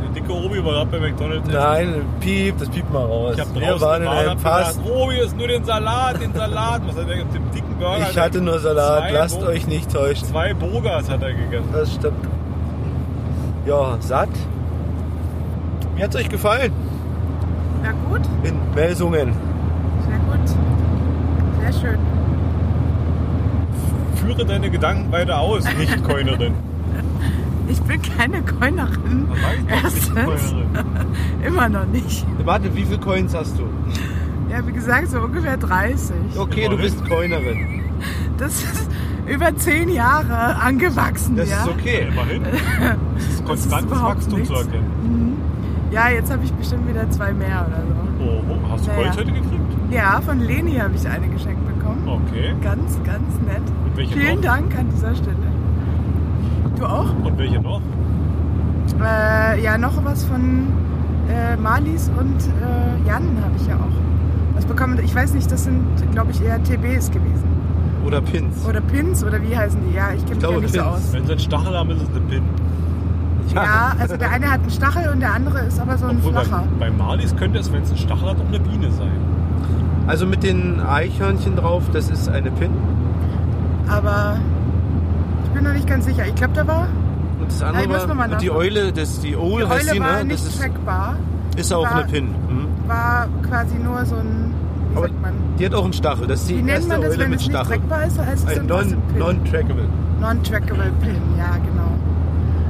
A: Der dicke Obi war gerade bei McDonalds.
L: Nein, piep, das piept mal raus.
A: Ich hab
L: Wir
A: draußen
L: waren in
A: gefahren,
L: einem
A: hab
L: Pass.
A: gesagt, Obi ist nur den Salat, den Salat. Was hat er mit dem dicken Burger?
L: Ich hatte nur Salat,
A: Zwei
L: lasst
A: Bo-
L: euch nicht täuschen.
A: Zwei Burgers hat er gegessen.
L: Das stimmt. Ja, satt. Mir hat's euch gefallen
C: Ja, gut.
L: in Melsungen.
C: Sehr gut. Sehr schön.
A: Führe deine Gedanken weiter aus, nicht Coinerin.
C: Ich bin keine Coinerin. Erstens. Immer noch nicht.
L: Warte, wie viele Coins hast du?
C: Ja, wie gesagt, so ungefähr 30.
L: Okay, du bist Coinerin.
C: Das ist über 10 Jahre angewachsen.
L: Das
C: ja?
L: ist okay.
A: Immerhin. Das ist konstantes
C: überhaupt
A: Wachstum zu
C: nichts.
A: erkennen.
C: ja, jetzt habe ich bestimmt wieder zwei mehr oder so.
A: Oh, oh, hast du
C: Ja, ja.
A: Gold heute gekriegt?
C: Ja, von Leni habe ich eine geschenkt bekommen.
A: Okay.
C: Ganz, ganz nett.
A: Mit welcher
C: Vielen
A: drauf?
C: Dank an dieser Stelle. Du auch?
A: Und welche noch?
C: Äh, ja, noch was von äh, Marlies und äh, Jan habe ich ja auch. Was bekommen, ich weiß nicht, das sind, glaube ich, eher TBs gewesen.
B: Oder Pins.
C: Oder Pins oder wie heißen die? Ja, ich kenne mich ja nicht so aus.
A: Wenn sie einen Stachel haben, ist es eine Pin.
C: Ja, also der eine hat einen Stachel und der andere ist aber so ein
A: Obwohl bei,
C: flacher.
A: bei Marlies könnte es, wenn es einen Stachel hat, auch eine Biene sein.
B: Also mit den Eichhörnchen drauf, das ist eine Pin.
C: Aber ich bin noch nicht ganz sicher. Ich glaube, da war
B: Und das andere
C: Ja, ich muss noch mal
B: war, und die
C: nachgucken.
B: Eule, das, die
C: die
B: Owl heißt
C: Eule
B: die,
C: war
B: ne?
C: nicht
B: Das ist,
C: trackbar.
B: ist auch
C: war,
B: eine Pin. Mhm.
C: War quasi nur so ein, wie
B: Aber
C: sagt man,
B: Die hat auch einen Stachel. Das ist die
C: wie nennt
B: erste
C: man das,
B: Eule
C: wenn
B: mit
C: es nicht
B: Stachel.
C: trackbar ist? Da heißt es
B: Ein
C: dann was
B: non-
C: Pin.
B: non-trackable.
C: Non-trackable Pin, ja, genau.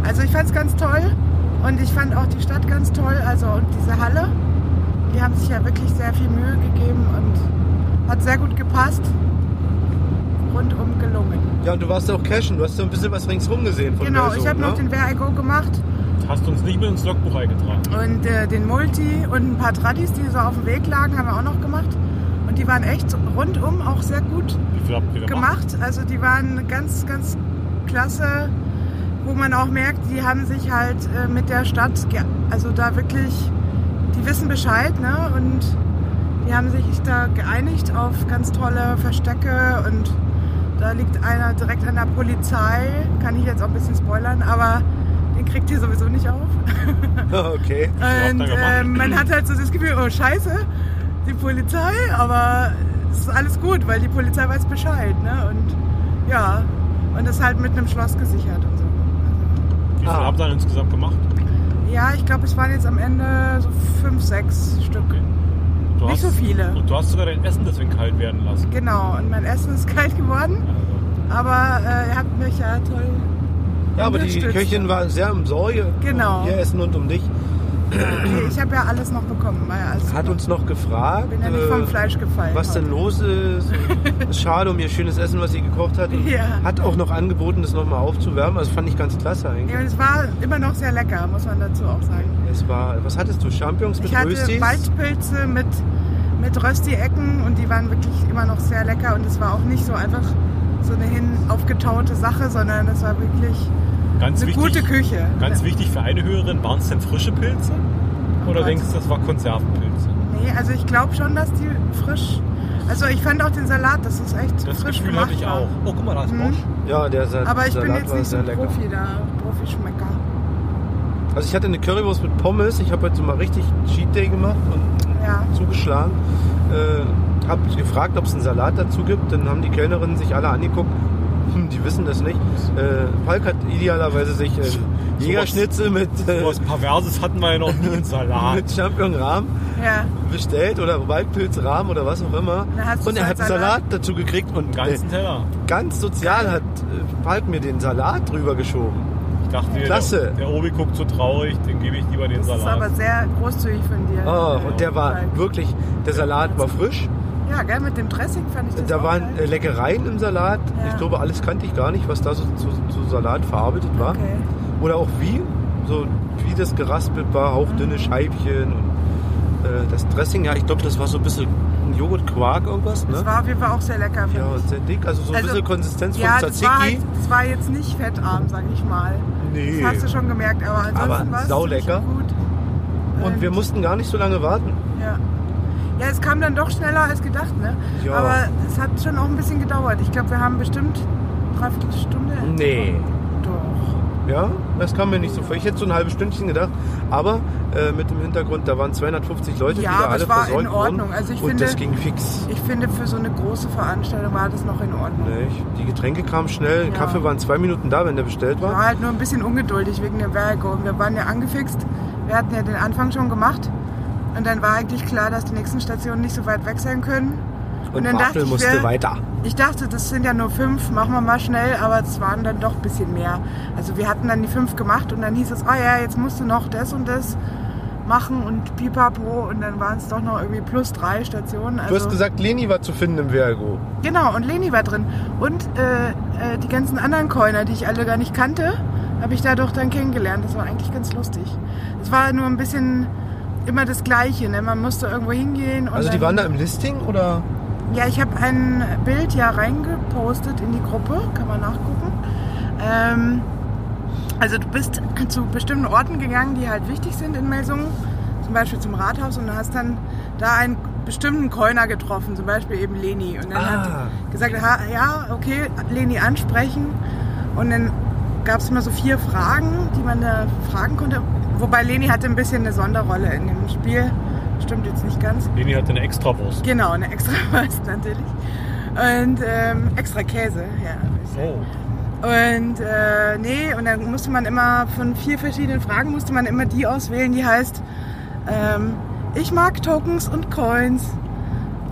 C: Also ich fand es ganz toll und ich fand auch die Stadt ganz toll, also und diese Halle. Die haben sich ja wirklich sehr viel Mühe gegeben und hat sehr gut gepasst. Rundum gelungen.
B: ja, und du warst ja auch cashen. Du hast so ein bisschen was ringsrum gesehen von
C: genau,
B: Versum,
C: ich habe
B: ne?
C: noch den Where I Go gemacht
A: Hast du uns nicht mit ins Logbuch eingetragen?
C: und äh, den Multi und ein paar Tradis, die so auf dem Weg lagen, haben wir auch noch gemacht. Und die waren echt rundum auch sehr gut
A: Wie viel habt ihr gemacht?
C: gemacht. Also die waren ganz, ganz klasse, wo man auch merkt, die haben sich halt äh, mit der Stadt, ge- also da wirklich, die wissen Bescheid, ne? Und die haben sich da geeinigt auf ganz tolle Verstecke und da liegt einer direkt an der Polizei, kann ich jetzt auch ein bisschen spoilern, aber den kriegt ihr sowieso nicht auf.
B: okay.
C: Und äh, man hat halt so das Gefühl, oh scheiße, die Polizei, aber es ist alles gut, weil die Polizei weiß Bescheid. Ne? Und ja, und ist halt mit einem Schloss gesichert und so.
A: Wie viel habt ihr denn insgesamt gemacht?
C: Ja, ich glaube, es waren jetzt am Ende so fünf, sechs Stück.
A: Du
C: Nicht so viele.
A: Und du hast sogar dein Essen deswegen kalt werden lassen.
C: Genau, und mein Essen ist kalt geworden, aber äh, ihr habt mich ja toll.
B: Ja, aber die
C: unterstützt.
B: Köchin war sehr im Sorge.
C: Genau.
B: Wir essen und um dich.
C: Nee, Ich habe ja alles noch bekommen, weil also
B: Hat uns noch gefragt,
C: bin ja nicht vom
B: äh,
C: Fleisch gefallen.
B: was denn los ist. ist schade um ihr schönes Essen, was sie gekocht hat. Und
C: Ja.
B: Hat auch noch angeboten, das nochmal aufzuwärmen. Also fand ich ganz klasse eigentlich.
C: Ja, und es war immer noch sehr lecker, muss man dazu auch sagen.
B: Es war, was hattest du? Champignons mit
C: Ich hatte
B: Röstis?
C: Waldpilze mit, mit Rösti-Ecken und die waren wirklich immer noch sehr lecker und es war auch nicht so einfach so eine hin aufgetaute Sache, sondern es war wirklich
A: Ganz
C: eine
A: wichtig,
C: gute Küche.
A: Ganz wichtig für eine Hörerin, waren es denn frische Pilze? Oder
C: Gott.
A: denkst du, das war Konservenpilze?
C: Nee, also ich glaube schon, dass die frisch. Also ich fand auch den Salat, das ist echt
A: Das
C: frisch
A: Gefühl
C: gemacht.
A: hatte ich
C: war.
A: auch. Oh, guck mal, da ist
C: Mhm.
A: Bosch.
B: Ja, der Sa
C: Aber ich
B: Salat
C: bin jetzt
B: war
C: nicht so
B: sehr
C: ein
B: lecker.
C: Profi da, Profischmecker.
B: Also ich hatte eine Currywurst mit Pommes. Ich habe heute mal richtig Cheat Day gemacht und
C: Ja.
B: zugeschlagen. Äh, habe gefragt, ob es einen Salat dazu gibt. Dann haben die Kellnerinnen sich alle angeguckt. Hm, die wissen das nicht. Äh, Falk hat idealerweise sich äh, Jägerschnitzel mit, äh,
A: Oh, Was Perverses hatten wir ja noch nie in Salat.
B: mit Champignon-Rahm
C: Ja,
B: bestellt oder Waldpilzrahm oder was auch immer.
C: Da hast du halt
B: Und er hat einen Salat
C: Salat.
B: dazu gekriegt
A: Den
B: und
A: ganzen Teller.
B: äh, ganz sozial hat äh, Falk mir den Salat drüber geschoben.
A: Ich dachte,
B: Klasse.
A: Der, der Obi guckt so traurig, dem gebe ich lieber den
C: das ist aber
A: Salat.
C: sehr großzügig von dir.
B: Oh, und der war
C: Falk.
B: wirklich, der Salat war frisch.
C: Ja, gell, mit dem Dressing fand ich das
B: Da
C: auch
B: waren äh,
C: geil.
B: Leckereien im Salat.
C: Ja.
B: Ich glaube, alles kannte ich gar nicht, was da so zu, zu Salat verarbeitet äh, war. ne?
C: Okay.
B: Oder auch wie, so wie das geraspelt war,
C: Mhm.
B: hauchdünne Scheibchen und äh, das Dressing. Ja, ich glaube, das war so ein bisschen ein Joghurtquark irgendwas,
C: Das
B: ne?
C: war auf jeden Fall auch sehr lecker. fand
B: Ja,
C: ich.
B: und sehr dick, also so ein
C: Also,
B: bisschen Konsistenz
C: ja,
B: vom
C: das war,
B: Tzatziki.
C: halt, das war jetzt nicht fettarm, sag ich mal.
B: Nee.
C: Das hast du schon gemerkt, aber ansonsten
B: Aber
C: war es
B: saulecker.
C: ziemlich gut. äh,
B: Und wir mussten gar nicht so lange warten.
C: Ja. ja, es kam dann doch schneller als gedacht, ne?
B: Ja.
C: Aber es hat schon auch ein bisschen gedauert. Ich glaube, wir haben bestimmt dreiviertel Stunde.
B: Nee.
C: Doch.
B: Ja, das kam mir nicht so vor. Ich hätte so ein halbes Stündchen gedacht, aber äh, mit dem Hintergrund, da waren 250 Leute,
C: Ja,
B: die da
C: aber es
B: alle
C: war in
B: versorgt wurden.
C: Ordnung. Also ich
B: und
C: finde-
B: das ging fix.
C: Ich finde, für so eine große Veranstaltung war das noch in Ordnung.
B: Ne, ich- Die Getränke kamen schnell,
C: Ja.
B: Kaffee waren zwei Minuten da, wenn der bestellt
C: Ich
B: war.
C: war halt nur ein bisschen ungeduldig wegen dem Vergo. Und wir waren ja angefixt. Wir hatten ja den Anfang schon gemacht. Und dann war eigentlich klar, dass die nächsten Stationen nicht so weit weg sein können.
B: Und,
C: dann dachte
B: Bartel
C: ich, also
B: musste
C: wer-
B: weiter.
C: Ich dachte, das sind ja nur fünf, machen wir mal schnell, aber es waren dann doch ein bisschen mehr. Also wir hatten dann die fünf gemacht und dann hieß es, ah ja, jetzt musst du noch das und das machen und pipapo und dann waren es doch noch irgendwie plus drei Stationen. Also,
B: Du hast gesagt, Leni war zu finden im Vergo.
C: Genau, und Leni war drin. Und äh, äh, die ganzen anderen Coiner, die ich alle gar nicht kannte, habe ich da doch dann kennengelernt. Das war eigentlich ganz lustig. Es war nur ein bisschen immer das Gleiche, ne? man musste irgendwo hingehen. Und
B: Also die
C: dann-
B: waren da im Listing oder?
C: ja, ich habe ein Bild ja reingepostet in die Gruppe, kann man nachgucken. Ähm, Also du bist zu bestimmten Orten gegangen, die halt wichtig sind in Melsungen, zum Beispiel zum Rathaus und du hast dann da einen bestimmten Coiner getroffen, zum Beispiel eben Leni. Und dann
B: Ah.
C: hat die gesagt, ha, ja, okay, Leni ansprechen. Und dann gab es immer so vier Fragen, die man da fragen konnte. Wobei Leni hatte ein bisschen eine Sonderrolle in dem Spiel. Stimmt jetzt nicht ganz.
A: Leni hatte eine Extrawurst.
C: Genau, eine extra Wurst natürlich. Und ähm, extra Käse, ja.
A: Oh.
C: Und äh, nee, und dann musste man immer von vier verschiedenen Fragen musste man immer die auswählen, die heißt ähm, Ich mag Tokens und Coins.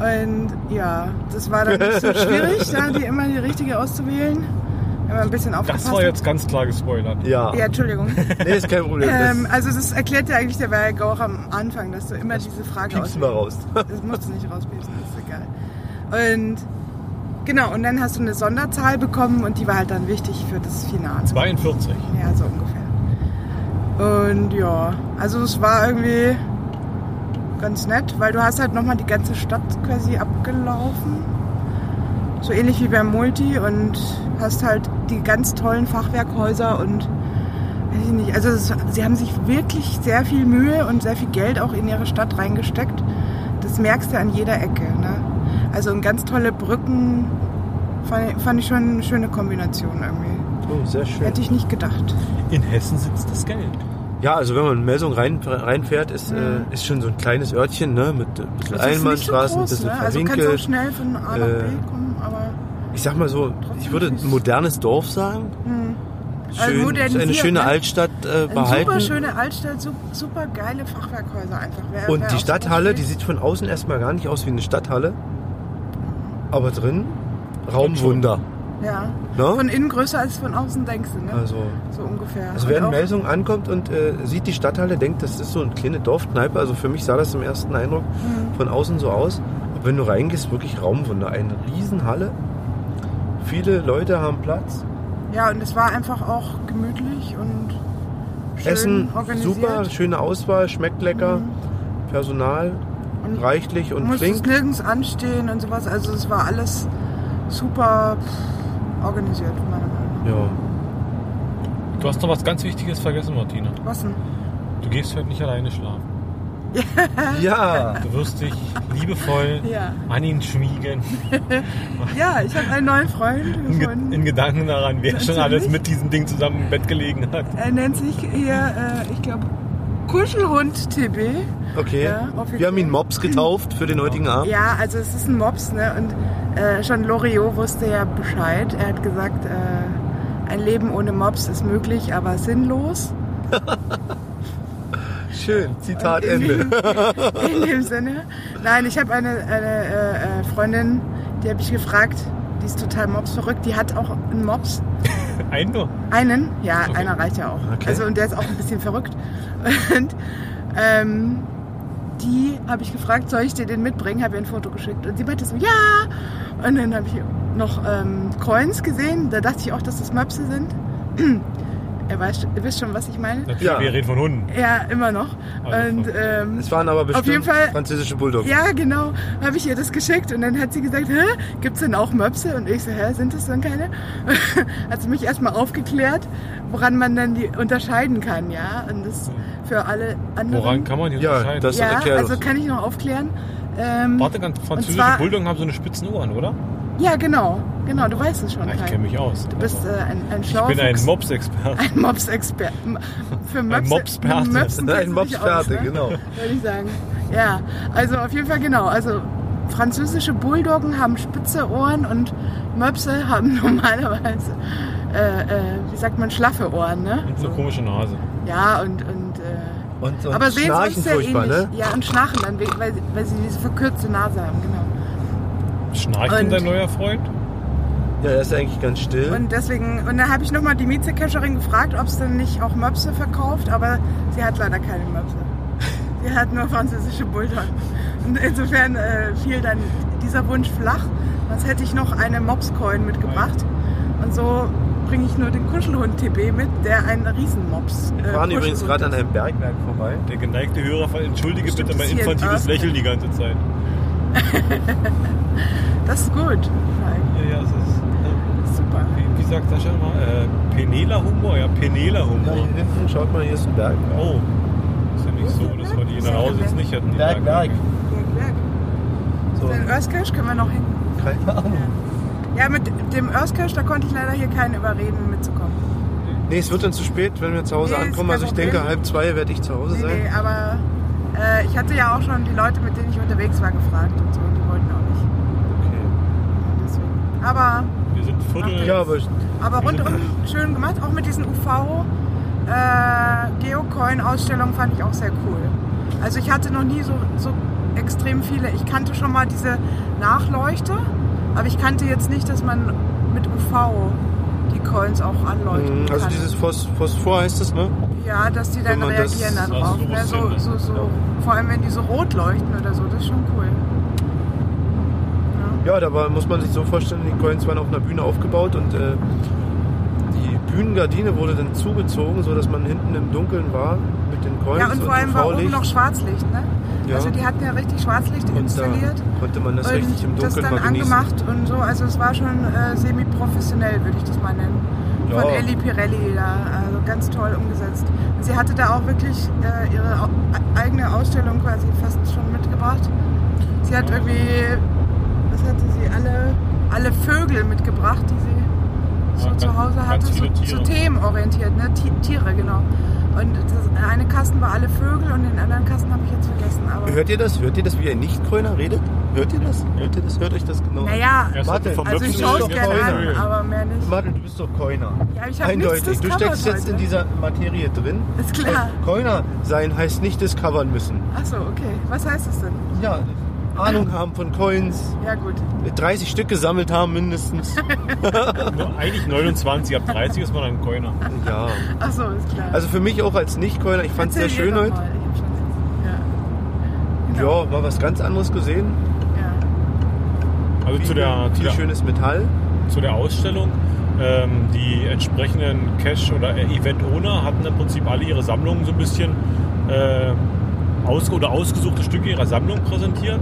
C: Und ja, das war dann ein bisschen schwierig, da die immer die richtige auszuwählen. Wenn man ein bisschen aufgepasst
A: Das war
C: hat.
A: jetzt ganz klar gespoilert.
C: Ja, Entschuldigung.
B: Nee, ist kein Problem. Das
C: Ähm, also das erklärt ja eigentlich der Werk auch am Anfang, dass du immer diese Frage
B: piepsen wir raus.
C: Das musst du nicht rauspiepsen, das ist egal. Und genau, und dann hast du eine Sonderzahl bekommen und die war halt dann wichtig für das Finale.
A: 42.
C: Ja, so ungefähr. Und ja, also es war irgendwie ganz nett, weil du hast halt nochmal die ganze Stadt quasi abgelaufen. So ähnlich wie beim Multi und hast halt die ganz tollen Fachwerkhäuser und weiß ich nicht. Also es, sie haben sich wirklich sehr viel Mühe und sehr viel Geld auch in ihre Stadt reingesteckt. Das merkst du an jeder Ecke. Ne? Also und ganz tolle Brücken fand, fand ich schon eine schöne Kombination irgendwie.
B: Oh, sehr schön.
C: Hätte ich nicht gedacht.
A: In Hessen sitzt das Geld.
B: Ja, also wenn man in Melsung rein, reinfährt, ist,
C: Mhm.
B: äh, ist schon so ein kleines Örtchen, ne? Mit äh, ein bisschen
C: Das ist nicht so
B: Einbahnstraßen, ein
C: groß,
B: bisschen
C: ne? Also du kannst
B: verwinkelt.
C: auch schnell von A nach
B: Äh,
C: B kommen, aber
B: ich sag mal so, ich würde ein modernes Dorf sagen.
C: hm. Also
B: Schön, ist eine
C: modernisiert,
B: schöne
C: ne?
B: Altstadt äh, behalten.
C: Super schöne Altstadt, super geile Fachwerkhäuser einfach. Wer-
B: Und
C: wer
B: die
C: auf
B: Stadthalle,
C: sowas
B: die
C: steht-
B: sieht von außen erstmal gar nicht aus wie eine Stadthalle. Aber drin Raumwunder.
C: ja.
B: Ne?
C: von innen größer als von außen denkst du, ne?
B: Also-
C: so ungefähr.
B: Also
C: Und
B: wer in
C: auch-
B: Melsung ankommt und äh, sieht die Stadthalle, denkt, das ist so eine kleine Dorfkneipe. Also für mich sah das im ersten Eindruck
C: Mhm.
B: von außen so aus. Aber wenn du reingehst, wirklich Raumwunder. Eine Riesenhalle. Viele Leute haben Platz.
C: Ja, und es war einfach auch gemütlich und schön
B: Essen
C: organisiert. Hm.
B: super, schöne Auswahl, schmeckt lecker. Personal
C: Und
B: reichlich
C: Du
B: und
C: musstest
B: flink.
C: nirgends anstehen und sowas. Also es war alles super pff, organisiert. meiner Meinung
B: Ja.
A: Du hast noch was ganz Wichtiges vergessen, Martina.
C: nach. Was denn?
A: Du gehst heute nicht alleine schlafen.
B: Ja.
A: Du wirst dich liebevoll
C: Ja.
A: an ihn schmiegen.
C: Ja, ich habe einen neuen Freund
A: In,
C: gefunden.
A: Ge in Gedanken daran, wer
C: Meinst
A: schon
C: du
A: alles
C: nicht?
A: mit diesem Ding zusammen im Bett gelegen hat.
C: Er nennt sich hier, äh, ich glaube, Kuschelhund TB.
B: Okay.
C: Ja, offiziell.
B: Wir haben ihn Mops getauft für den heutigen Abend.
C: Ja, also es ist ein Mops, ne? Und äh, schon Loriot wusste ja Bescheid. Er hat gesagt, äh, ein Leben ohne Mops ist möglich, aber sinnlos.
B: Schön. Zitat Ende.
C: In dem Sinne. Nein, ich habe eine, eine äh, äh, Freundin, die habe ich gefragt, die ist total Mops verrückt. Die hat auch einen Mops.
A: Ein nur.
C: Einen? Ja, einer reicht ja auch.
A: Okay.
C: Also und der ist auch ein bisschen verrückt. Und ähm, die habe ich gefragt, soll ich dir den mitbringen? Habe ihr ein Foto geschickt und sie meinte so, ja. Und dann habe ich noch ähm, Coins gesehen. Da dachte ich auch, dass das Möpse sind. Ihr weißt, ihr wisst schon, was ich meine.
A: Natürlich, wir reden von Hunden.
C: Ja, immer noch.
A: Alles
C: Und, ähm,
B: Es waren aber
C: auf jeden
B: bestimmt
C: Fall
B: französische Bulldoggen.
C: ja, genau. Habe ich ihr das geschickt und dann hat sie gesagt, hä, gibt's denn auch Möpse? Und ich so, hä, sind es denn keine? hat sie mich erstmal aufgeklärt, woran man dann die unterscheiden kann, ja. Und das für alle anderen.
A: Woran kann man die
B: Ja,
A: unterscheiden?
B: das
C: ja,
B: erklärt
C: also kann ich noch aufklären. Ähm,
A: Warte ganz, französische
C: zwar-
A: Bulldoggen haben so eine spitzen Ohren, oder? Ah,
C: ja, genau. Genau, du weißt es schon.
A: Ich
C: Kai.
A: kenne mich aus.
C: Du bist Also. äh, ein, ein
A: ich
C: schlauer
A: bin ein
C: Fuchs.
A: Mops-Experte.
C: Ein Mops-Experte. Für Möpse.
A: Mopsperte.
C: mit Möpsen kennst
B: Ein
C: du dich aus,
B: Mopsperte,
C: ne?
B: genau.
C: Würde ich sagen. Ja, also auf jeden Fall genau. Also französische Bulldoggen haben spitze Ohren und Möpse haben normalerweise, äh, äh, wie sagt man, schlaffe Ohren, ne?
A: Und so eine komische Nase.
C: Ja, und. und äh,
B: Und,
C: aber sehen sie
B: schnarchen
C: uns sehr ähnlich.
B: furchtbar, ne?
C: Ja, und schnarchen dann, we- weil, weil sie diese verkürzte Nase haben, genau.
A: Schnarcht denn
C: Und-
A: dein neuer Freund?
B: Ja, er ist eigentlich ganz still.
C: Und äh, deswegen, und dann habe ich nochmal die Mietzecacherin gefragt, ob es denn nicht auch Möpse verkauft, aber sie hat leider keine Möpse. Sie hat nur französische Bulldoggen. Und insofern äh, fiel dann dieser Wunsch flach. Sonst hätte ich noch eine Mops-Coin mitgebracht. Und so bringe ich nur den Kuschelhund TB mit, der ein Riesenmops äh,
B: Wir fahren übrigens
C: Kuschelhund
B: gerade an
C: ist.
B: einem Bergwerk vorbei.
A: Der geneigte Hörer, entschuldige
C: Bestimmt
A: bitte mein
C: ist hier
A: infantiles
C: ein
A: Lächeln die ganze Zeit.
C: Das ist gut. Nein,
A: Ja, ja, es ist.
C: super.
A: Wie, wie wie sagt Sascha immer? Äh, Penela-Humor? Ja, Penela-Humor.
B: hier hinten, schaut mal, hier ist ein Berg.
A: Oh, ist ja nicht so, dass wir die nach Hause jetzt nicht hätten. die
B: Berg, Berg.
C: So. Den Earthcash können wir noch hin.
B: Keine Ahnung.
C: Ja, mit dem Earthcash, da konnte ich leider hier keinen überreden, mitzukommen.
B: Nee, es wird dann zu spät, wenn wir zu Hause
C: Nee, ist
B: ankommen.
C: kein
B: Also ich
C: Problem.
B: denke, halb zwei werde ich zu Hause
C: Nee, nee,
B: sein.
C: aber äh, ich hatte ja auch schon die Leute, mit denen ich unterwegs war, gefragt und so. Die wollten auch nicht. Ja, deswegen. Aber,
A: Wir sind Viertel.
B: Ja, aber ich,
C: aber rundum schön gemacht, auch mit diesen UV. Äh, Geocoin-Ausstellungen fand ich auch sehr cool. Also ich hatte noch nie so, so extrem viele. Ich kannte schon mal diese Nachleuchte, aber ich kannte jetzt nicht, dass man mit UV die Coins auch anleuchten
B: mh,
C: kann.
B: also dieses Phos Phosphor heißt es, ne?
C: Ja, dass die dann
B: Wenn man das-
C: reagieren
B: das
C: darauf.
B: so
C: Ne? So, so, so. Vor allem, wenn die so rot leuchten oder so, das ist schon cool.
B: Ja, da war, muss man sich so vorstellen, die Coins waren auf einer Bühne aufgebaut und äh, die Bühnengardine wurde dann zugezogen, sodass man hinten im Dunkeln war mit den Coins
C: ja, und vor allem war oben
B: UV-Licht.
C: noch Schwarzlicht. Ne?
B: Ja.
C: Also die hatten ja richtig Schwarzlicht
B: Und da
C: installiert
B: konnte man das
C: und
B: richtig im
C: das
B: Dunkeln
C: dann
B: mal genießen.
C: angemacht und so. Also es war schon äh, semi-professionell, würde ich das mal nennen.
B: Ja.
C: Von Ellie Pirelli da, also ganz toll umgesetzt. Und sie hatte da auch wirklich äh, ihre au- eigene Ausstellung quasi fast schon mitgebracht. Sie hat irgendwie, was hatte sie, alle, alle Vögel mitgebracht, die sie so
A: Ja,
C: zu
A: ganz-
C: Hause
A: ganz
C: hatte, so,
A: viele
C: so
A: Tiere.
C: themenorientiert, ne? Ti- Tiere, genau. Und das eine Kasten war alle Vögel und den anderen Kasten habe ich jetzt vergessen. Aber
B: Hört ihr das? Hört ihr das, wie ein Nicht-Gröner redet? Hört ihr das? Hört ihr das? Hört euch das genau?
C: naja,
A: Erst hat er
B: Martin,
A: vom
C: also ich
A: Möpsen
C: schaue es
A: ist er
C: gerne
A: Kölner.
C: an, aber mehr nicht.
B: Martin, du bist doch Coiner.
C: Ja, ich habe nichts
B: Eindeutig. Du
C: discovered
B: steckst jetzt
C: heute.
B: in dieser Materie drin. Äh,
C: Ist klar.
B: Coiner sein heißt nicht discovern müssen.
C: Achso, okay. Was heißt das denn?
B: Ja, Ahnung haben von Coins.
C: Ja gut.
B: 30 Stück gesammelt haben mindestens.
A: Nur Eigentlich 29, ab 30 ist man dann Coiner.
B: Ja.
C: Achso, ist klar.
B: Also für mich auch als Nicht-Coiner, ich fand es sehr
C: Erzähl
B: schön
C: ihr doch
B: heute.
C: mal. Ich hab schon-
B: Ja, war was ganz anderes gesehen.
C: Genau. Ja,
A: Also zu
B: Viel-
A: der, zu
B: viel
A: der,
B: schönes Metall.
A: zu der Ausstellung. Ähm, die entsprechenden Cash- oder äh, Event-Owner hatten im Prinzip alle ihre Sammlungen so ein bisschen äh, aus oder ausgesuchte Stücke ihrer Sammlung präsentiert.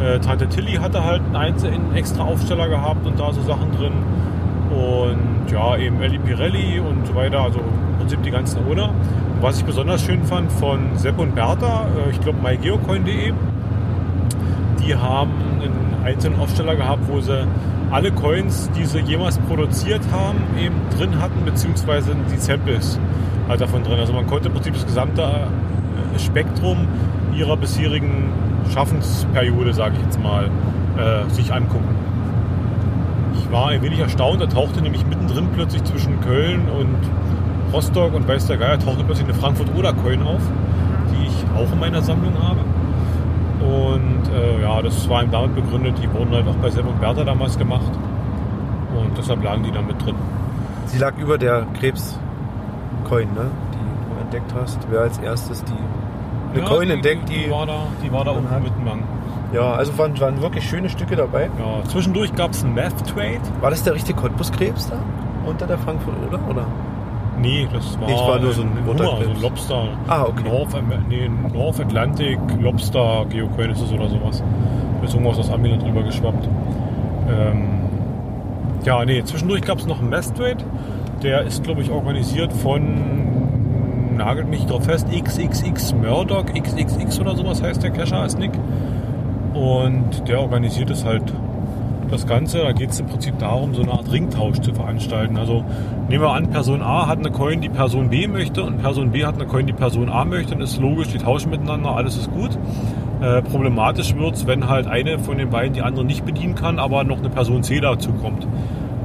A: Äh, Tante Tilly hatte halt einen, Einzel einen extra Aufsteller gehabt und da so Sachen drin. Und ja, eben Elli Pirelli und so weiter, also im Prinzip die ganzen Owner. Was ich besonders schön fand von Sepp und Bertha, äh, ich glaube mygeocoin.de, die haben einen einzelnen Aufsteller gehabt, wo sie alle Coins, die sie jemals produziert haben, eben drin hatten, beziehungsweise die Samples halt davon drin. Also man konnte im Prinzip das gesamte äh, Spektrum ihrer bisherigen Schaffensperiode, sage ich jetzt mal, äh, sich angucken. Ich war ein wenig erstaunt, da tauchte nämlich mittendrin plötzlich zwischen Köln und Rostock und weiß der Geier tauchte plötzlich eine Frankfurt-Oder-Coin auf, die ich auch in meiner Sammlung habe. Und äh, ja, das war eben damit begründet, die wurden halt auch bei Sepp und Bertha damals gemacht. Und deshalb lagen die da mit drin.
B: Sie lag über der Krebs-Coin, ne? die du entdeckt hast. Wer als erstes die eine
A: ja,
B: Coin
A: die,
B: entdeckt,
A: die,
B: die.
A: die war da, die war da
B: man hat.
A: unten mit dem Mang.
B: Ja, also waren, waren wirklich schöne Stücke dabei.
A: Ja, zwischendurch gab es einen Math Trade.
B: War das der richtige Cottbus-Krebs da? Unter der Frankfurt, oder? oder?
A: Nee, das war,
B: Nee, es war nur so ein
A: Hummer,
B: roter
A: so ein
B: Krebs.
A: Lobster.
B: Ah, okay.
A: North, Am- nee, North Atlantic Lobster Geoquell ist es oder sowas. Da ist irgendwas aus Amiland drüber geschwappt. Ähm, ja, nee, zwischendurch gab es noch einen Math Trade. Der ist, glaube ich, organisiert von, nagelt mich drauf fest, XXX Murdoch, XXX oder sowas heißt der Cacher als Nick. Und der organisiert es halt das Ganze, da geht es im Prinzip darum, so eine Art Ringtausch zu veranstalten. Also nehmen wir an, Person A hat eine Coin, die Person B möchte und Person B hat eine Coin, die Person A möchte und ist logisch, die tauschen miteinander, alles ist gut. Äh, problematisch wird es, wenn halt eine von den beiden die andere nicht bedienen kann, aber noch eine Person C dazu kommt,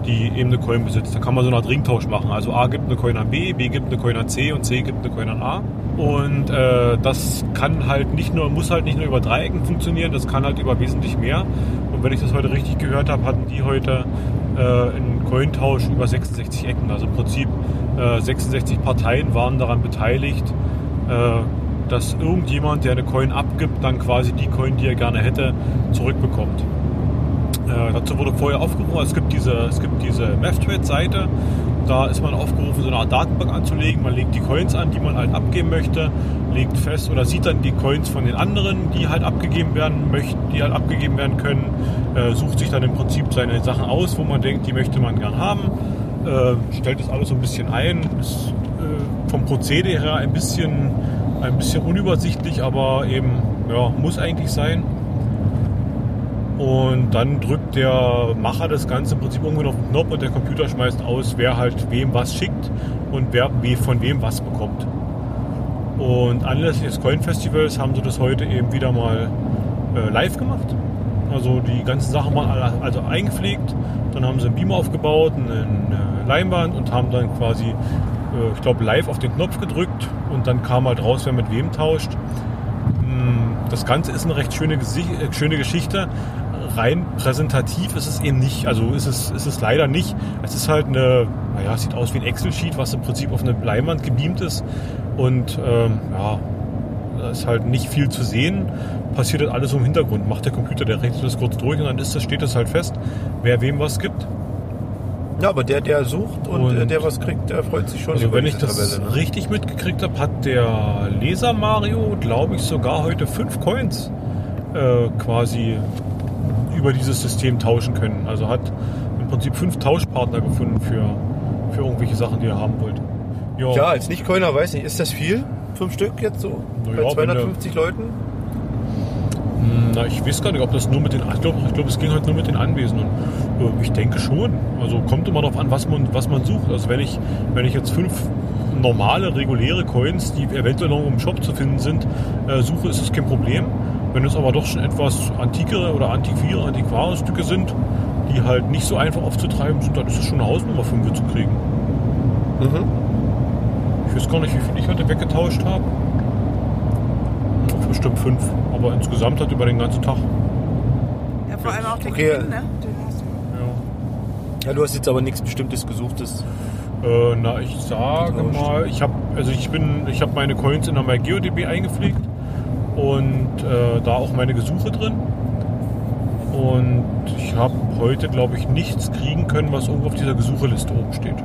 A: die eben eine Coin besitzt. Dann kann man so eine Art Ringtausch machen. Also A gibt eine Coin an B, B gibt eine Coin an C und C gibt eine Coin an A. Und äh, das kann halt nicht nur, muss halt nicht nur über Dreiecken funktionieren, das kann halt über wesentlich mehr. Und wenn ich das heute richtig gehört habe, hatten die heute äh, einen Cointausch über 66 Ecken. Also im Prinzip äh, 66 Parteien waren daran beteiligt, äh, dass irgendjemand, der eine Coin abgibt, dann quasi die Coin, die er gerne hätte, zurückbekommt. Äh, dazu wurde vorher aufgerufen, es gibt diese, es gibt diese MathTrade-Seite, da ist man aufgerufen, so eine Art Datenbank anzulegen. Man legt die Coins an, die man halt abgeben möchte, legt fest oder sieht dann die Coins von den anderen, die halt abgegeben werden möchten, die halt abgegeben werden können, äh, sucht sich dann im Prinzip seine Sachen aus, wo man denkt, die möchte man gern haben, äh, stellt das alles so ein bisschen ein. Ist äh, vom Prozedere her ein bisschen, ein bisschen unübersichtlich, aber eben, ja, muss eigentlich sein. Und dann drückt der Macher das Ganze im Prinzip irgendwann auf den Knopf und der Computer schmeißt aus, wer halt wem was schickt und wer we- von wem was bekommt. Und anlässlich des Coin Festivals haben sie das heute eben wieder mal äh, live gemacht. Also die ganzen Sachen mal alle- also eingepflegt. Dann haben sie einen Beamer aufgebaut, eine äh, Leinwand und haben dann quasi, äh, ich glaube, live auf den Knopf gedrückt und dann kam halt raus, wer mit wem tauscht. Mm, Das Ganze ist eine recht schöne, Gesicht- äh, schöne Geschichte. Rein präsentativ ist es eben nicht. Also ist es, ist es leider nicht. Es ist halt eine, naja, es sieht aus wie ein Excel-Sheet, was im Prinzip auf eine Leinwand gebeamt ist. Und ähm, ja, da ist halt nicht viel zu sehen. Passiert halt alles im Hintergrund. Macht der Computer, der rechnet das kurz durch und dann ist das, steht das halt fest, wer wem was gibt.
B: Ja, aber der, der sucht und,
A: Und-
B: äh, der was kriegt, der freut sich schon
A: Also
B: über
A: wenn ich
B: diese
A: das
B: Tabelle. ne?
A: richtig mitgekriegt habe, hat der Leser Mario, glaube ich, sogar heute fünf Coins äh, quasi über dieses System tauschen können. Also hat im Prinzip fünf Tauschpartner gefunden für, für irgendwelche Sachen, die er haben wollte. Ja,
B: Ja, als Nicht-Coiner weiß nicht, ist das viel? Fünf Stück jetzt so?
A: Na ja,
B: Bei
A: wenn
B: 250 Leuten?
A: Na, ich weiß gar nicht, ob das nur mit den, ich glaube, ich glaub, es ging halt nur mit den Anwesenden. Äh, Ich denke schon. Also kommt immer darauf an, was man, was man sucht. Also wenn ich, wenn ich jetzt fünf normale, reguläre Coins, die eventuell noch im Shop zu finden sind, äh, suche, ist das kein Problem. Wenn es aber doch schon etwas antikere oder antiquiere, antiquare Stücke sind, die halt nicht so einfach aufzutreiben sind, dann ist es schon eine Hausnummer 5 zu kriegen. Mhm. Ich weiß gar nicht, wie viel ich heute weggetauscht habe. Bestimmt fünf, aber insgesamt halt über den ganzen Tag.
C: Ja, vor allem auch den
B: Okay.
C: Gewinn, ne? Den hast du.
B: Ja, du hast jetzt aber nichts Bestimmtes gesuchtes.
A: Äh, na, ich sage mal, ich habe also ich bin, ich habe meine Coins in der MyGeoDB eingepflegt und äh, da auch meine Gesuche drin. Und ich habe heute, glaube ich, nichts kriegen können, was irgendwo auf dieser Gesucheliste oben steht.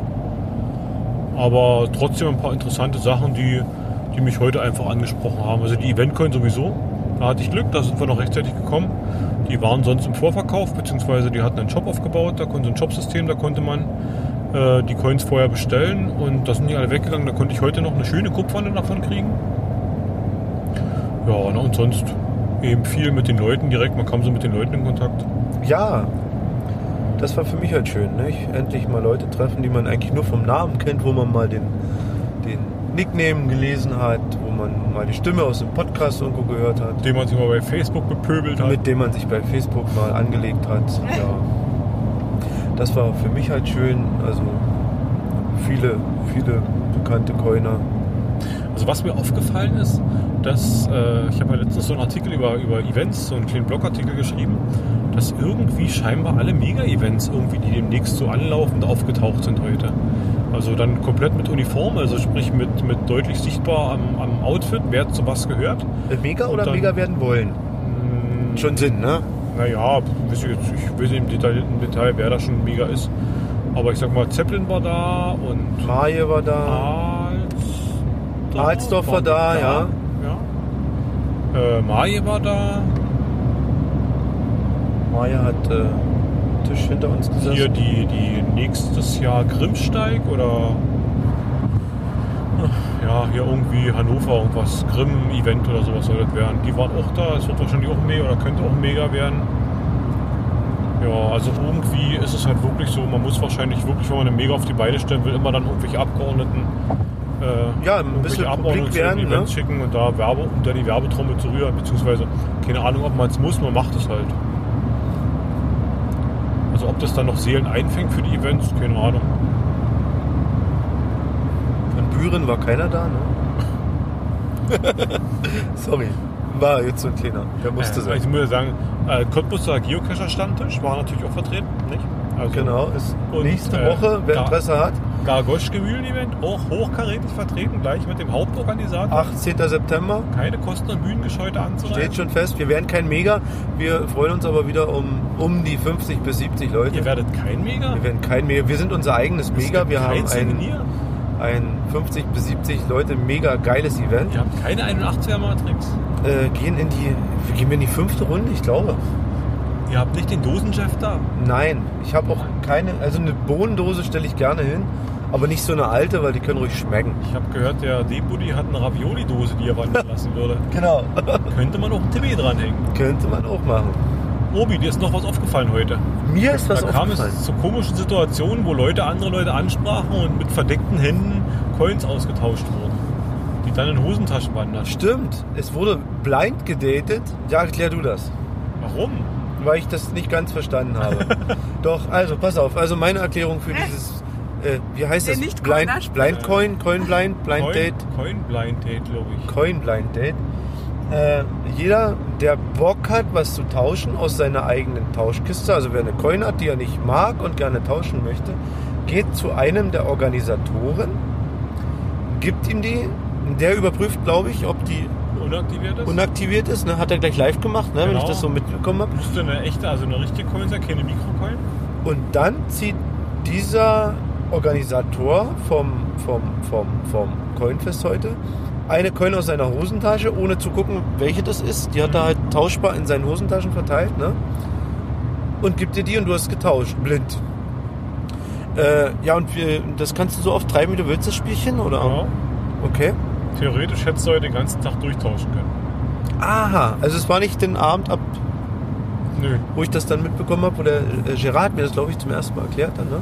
A: Aber trotzdem ein paar interessante Sachen, die, die mich heute einfach angesprochen haben. Also die Eventcoin sowieso, da hatte ich Glück, da sind wir noch rechtzeitig gekommen. Die waren sonst im Vorverkauf, beziehungsweise die hatten einen Shop aufgebaut, da konnte ein Shopsystem, da konnte man äh, die Coins vorher bestellen und da sind die alle weggegangen. Da konnte ich heute noch eine schöne Kupferne davon kriegen. Ja, na, und sonst eben viel mit den Leuten direkt. Man kam so mit den Leuten in Kontakt.
B: Ja, das war für mich halt schön. Ne? Ich endlich mal Leute treffen, die man eigentlich nur vom Namen kennt, wo man mal den, den Nickname gelesen hat, wo man mal die Stimme aus dem Podcast irgendwo gehört hat.
A: Den man sich mal bei Facebook bepöbelt hat.
B: Mit dem man sich bei Facebook mal angelegt hat. Ja. Das war für mich halt schön. Also viele, viele bekannte Coiner.
A: Also was mir aufgefallen ist, dass äh, ich habe ja letztens so einen Artikel über, über Events, so einen kleinen Blogartikel geschrieben, dass irgendwie scheinbar alle Mega-Events irgendwie, die demnächst so anlaufend aufgetaucht sind heute. Also dann komplett mit Uniform, also sprich mit, mit deutlich sichtbar am, am Outfit, wer zu was gehört.
B: Mega
A: Und
B: oder
A: dann-
B: mega werden wollen? Schon Sinn, ne?
A: Naja, weiß ich, jetzt, ich weiß nicht im Detail, im Detail, wer da schon mega ist. Aber ich sag mal, Zeppelin war da und
B: Maje war da. Alsdorf war da, ja.
A: äh, Maje war da.
B: Maja hat äh, Tisch hinter uns gesessen.
A: Hier die, die nächstes Jahr Grimmsteig oder Ach, ja, hier irgendwie Hannover, irgendwas, Grimm-Event oder sowas soll das werden. Die waren auch da, es wird wahrscheinlich auch mega oder könnte auch mega werden. Ja, also irgendwie ist es halt wirklich so, man muss wahrscheinlich wirklich, wenn man eine Mega auf die Beine stellen will, immer dann irgendwelche Abgeordneten äh,
B: Ja, ein
A: irgendwelche
B: bisschen
A: Abgeordneten
B: Publik
A: zu den
B: werden,
A: Events
B: ne?
A: schicken und da Werbe, um da die Werbetrommel zu rühren, beziehungsweise keine Ahnung, ob man es muss, man macht es halt. Also ob das dann noch Seelen einfängt für die Events, keine Ahnung.
B: An Büren war keiner da, ne? Sorry. War jetzt so ein kleiner. Der musste
A: äh,
B: sein.
A: Ich muss ja sagen, äh, Cottbuser Geocacher-Stammtisch war natürlich auch vertreten, nicht? Also,
B: Genau, ist
A: und,
B: nächste
A: äh,
B: Woche, wer
A: Gar-
B: Interesse hat,
A: Gargosch-Gemühlen-Event, auch hochkarätig vertreten, gleich mit dem Hauptorganisator.
B: 18. September.
A: Keine Kosten und Mühen gescheute anzureisen.
B: Steht schon fest, wir werden kein Mega. Wir freuen uns aber wieder um, um die 50 bis 70 Leute.
A: Ihr werdet kein Mega?
B: Wir werden kein Mega. Wir sind unser eigenes Mega.
A: gibt
B: Wir
A: kein
B: haben ein,
A: Souvenir?
B: ein 50 bis 70 Leute mega geiles Event.
A: Ihr habt keine 81er-Matrix.
B: Äh, gehen in die, gehen wir in die fünfte Runde, ich glaube.
A: Ihr habt nicht den Dosenchef da?
B: Nein, ich habe auch keine. Also eine Bohnendose stelle ich gerne hin, aber nicht so eine alte, weil die können ruhig schmecken.
A: Ich habe gehört, der D-Buddy hat eine Ravioli-Dose, die er wandern lassen würde.
B: Genau.
A: Könnte man auch einen TB dranhängen.
B: Könnte man auch machen.
A: Obi, dir ist noch was aufgefallen heute.
B: Mir ist was
A: da kam
B: aufgefallen.
A: es zu komischen Situationen, wo Leute andere Leute ansprachen und mit verdeckten Händen Coins ausgetauscht wurden, die dann in Hosentaschen wandern.
B: Stimmt, es wurde blind gedatet. Ja, erklär du das.
A: Warum?
B: Weil ich das nicht ganz verstanden habe. Doch, also pass auf. Also meine Erklärung für dieses, äh, wie heißt
C: Nee,
B: das?
C: nicht
B: blind,
C: Coinage.
B: blind Coin, Coin Blind, Blind
A: Coin,
B: Date.
A: Coin Blind Date, glaube ich.
B: Coin Blind Date. Äh, jeder, der Bock hat, was zu tauschen aus seiner eigenen Tauschkiste, also wer eine Coin hat, die er nicht mag und gerne tauschen möchte, geht zu einem der Organisatoren, gibt ihm die, der überprüft, glaube ich, ob die
A: Unaktiviert ist?
B: unaktiviert ist. Ne? Hat er gleich live gemacht, ne? wenn ich
A: Genau.
B: das so mitbekommen habe.
A: Müsste eine echte, also eine richtige Coin sein, keine Mikrocoin.
B: Und dann zieht dieser Organisator vom, vom, vom, vom Coinfest heute eine Coin aus seiner Hosentasche, ohne zu gucken, welche das ist. Die hat er halt tauschbar in seinen Hosentaschen verteilt, ne? Und gibt dir die und du hast getauscht, blind. Äh, ja, und wir, das kannst du so oft treiben, wie du willst, das Spielchen, oder?
A: Ja.
B: Okay.
A: Theoretisch hättest du heute den ganzen Tag durchtauschen können.
B: Aha, also es war nicht den Abend ab,
A: Nö.
B: wo ich das dann mitbekommen habe, wo der äh, Gerard mir das, glaube ich, zum ersten Mal erklärt hat. Ne?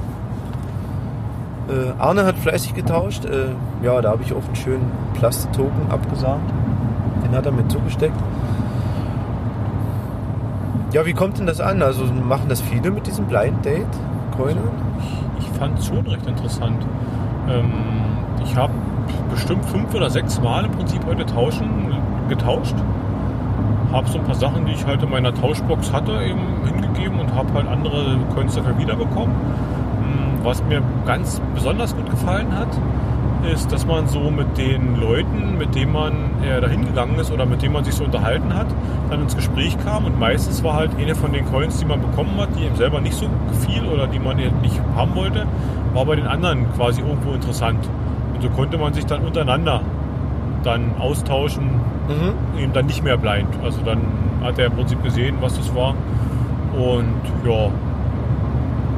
B: Äh, Arne hat fleißig getauscht. Äh, ja, da habe ich auf einen schönen Plastiktoken abgesagt. Den hat er mir zugesteckt. Ja, wie kommt denn das an? Also machen das viele mit diesem Blind Date? Coiner?
A: Ich fand es schon recht interessant. Ähm, ich habe bestimmt fünf oder sechs Mal im Prinzip heute tauschen, getauscht. Habe so ein paar Sachen, die ich halt in meiner Tauschbox hatte, eben hingegeben und habe halt andere Coins dafür wiederbekommen. Hm, Was mir ganz besonders gut gefallen hat, ist, dass man so mit den Leuten, mit denen man äh, dahin gegangen ist oder mit denen man sich so unterhalten hat, dann ins Gespräch kam und meistens war halt eine von den Coins, die man bekommen hat, die ihm selber nicht so gefiel oder die man eben nicht haben wollte, war bei den anderen quasi irgendwo interessant. Und so konnte man sich dann untereinander dann austauschen, eben dann nicht mehr blind. Also dann hat er im Prinzip gesehen, was das war. Und ja,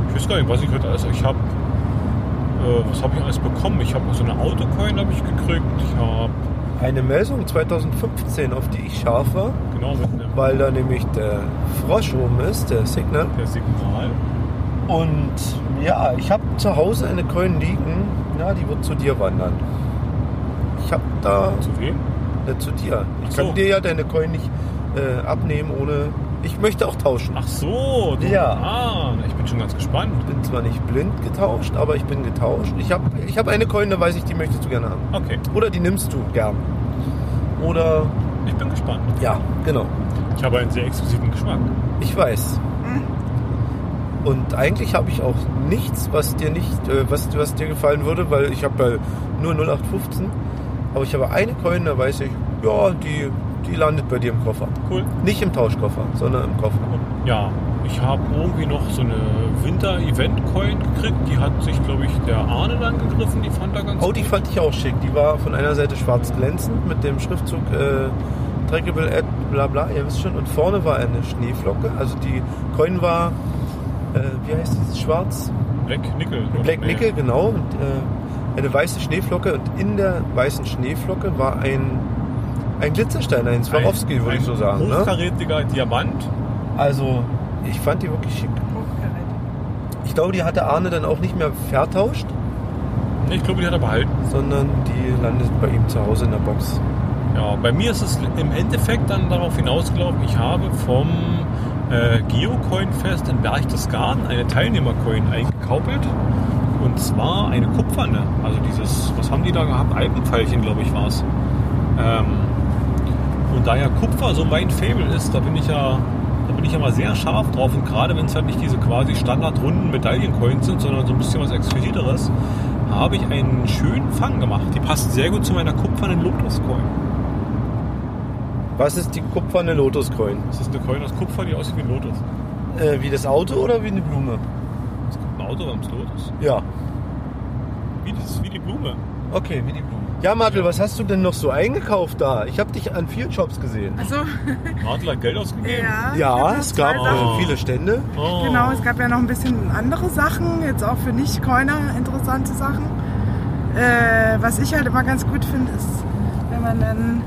A: ich weiß gar nicht, was ich heute alles. Ich habe äh, was habe ich alles bekommen? Ich habe so eine Autocoin habe ich gekriegt. Ich habe
B: Eine Messung 2015, auf die ich scharf war,
A: genau mit einem
B: weil da nämlich der Frosch oben ist, der Signal.
A: der Signal.
B: Und ja, ich habe zu Hause eine Coin liegen. Na, die wird zu dir wandern. Ich habe da
A: Zu wem?
B: äh, zu dir. Ich
A: Ach
B: kann
A: so.
B: dir ja deine Coin nicht äh, abnehmen ohne. Ich möchte auch tauschen.
A: Ach so, du,
B: Ja.
A: Ah, ich bin schon ganz gespannt.
B: Ich bin zwar nicht blind getauscht, aber ich bin getauscht. Ich habe ich hab eine Coin, da weiß ich, die möchtest du gerne haben.
A: Okay,
B: Oder die nimmst du gern. Oder
A: ich bin gespannt.
B: ja, genau.
A: Ich habe einen sehr exklusiven Geschmack.
B: Ich weiß. Und eigentlich habe ich auch nichts, was dir nicht, äh, was, was dir gefallen würde, weil ich habe ja nur 0815. Aber ich habe eine Coin, da weiß ich, ja, die, die landet bei dir im Koffer.
A: Cool.
B: Nicht im Tauschkoffer, sondern im Koffer.
A: Ja, ich habe irgendwie noch so eine Winter-Event-Coin gekriegt. Die hat sich, glaube ich, der Arne dann gegriffen. Die fand er ganz
B: Oh, die fand ich auch schick. Die war von einer Seite schwarz glänzend mit dem Schriftzug äh, Trackable at bla bla, ihr wisst schon. Und vorne war eine Schneeflocke. Also die Coin war, äh, wie heißt dieses schwarz?
A: Black Nickel.
B: Black Nickel, genau. Und, äh, eine weiße Schneeflocke und in der weißen Schneeflocke war ein, ein Glitzerstein, ein Swarovski, würde ich so sagen. Ne?
A: Hochkarätiger Diamant.
B: Also, ich fand die wirklich schick.
C: Hochgerät.
B: Ich glaube, die hatte Arne dann auch nicht mehr vertauscht,
A: Nee, Ich glaube, die hat er behalten.
B: sondern die landet bei ihm zu Hause in der Box.
A: Ja, bei mir ist es im Endeffekt dann darauf hinausgelaufen, ich habe vom äh, Geocoin-Fest in Berchtesgaden eine Teilnehmercoin eingekaupelt. Und zwar eine kupferne. Also dieses, was haben die da gehabt? Alpenpfeilchen, glaube ich, war es. Ähm, und da ja Kupfer so mein Faible ist, da bin ich ja, da bin ich ja mal sehr scharf drauf. Und gerade wenn es halt nicht diese quasi standardrunden Medaillencoins sind, sondern so ein bisschen was Exquisiteres, habe ich einen schönen Fang gemacht. Die passt sehr gut zu meiner kupfernen Lotus-Coin.
B: Was ist die kupferne Lotus-Coin?
A: Das ist eine Coin aus Kupfer, die aussieht wie ein Lotus.
B: Äh, wie das Auto oder wie eine Blume?
A: Ein Auto namens Lotus.
B: Ja.
A: Wie, das, wie die Blume.
B: Okay, wie die Blumen. Ja, Martel, was hast du denn noch so eingekauft da? Ich habe dich an vielen Shops gesehen.
C: Also,
A: Martel hat Geld ausgegeben. Oh.
C: ja.
B: Ja, es gab
C: zwei Sachen.
B: äh, viele Stände.
C: Genau, es gab ja noch ein bisschen andere Sachen, jetzt auch für Nicht-Coiner interessante Sachen. Äh, was ich halt immer ganz gut finde, ist, wenn man dann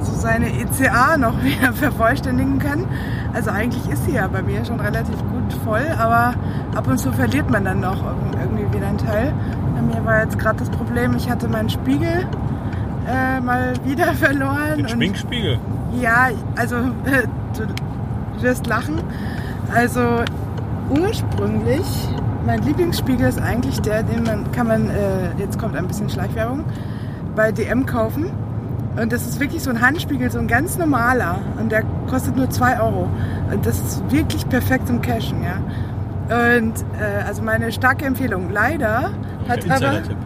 C: so seine ECA noch wieder vervollständigen kann. Also eigentlich ist sie ja bei mir schon relativ gut voll, aber ab und zu verliert man dann noch irg- irgendwie wieder einen Teil. Bei mir war jetzt gerade das Problem, ich hatte meinen Spiegel äh, mal wieder verloren.
A: Den
C: und-
A: Schminkspiegel.
C: ja, also du, du wirst lachen. Also ursprünglich, mein Lieblingsspiegel ist eigentlich der, den man kann man, äh, jetzt kommt ein bisschen Schleichwerbung, bei DM kaufen. Und das ist wirklich so ein Handspiegel, so ein ganz normaler. Und der kostet nur 2 Euro. Und das ist wirklich perfekt zum Cashen, ja. Und äh, also meine starke Empfehlung. Leider hat aber
B: Insider-Tipp.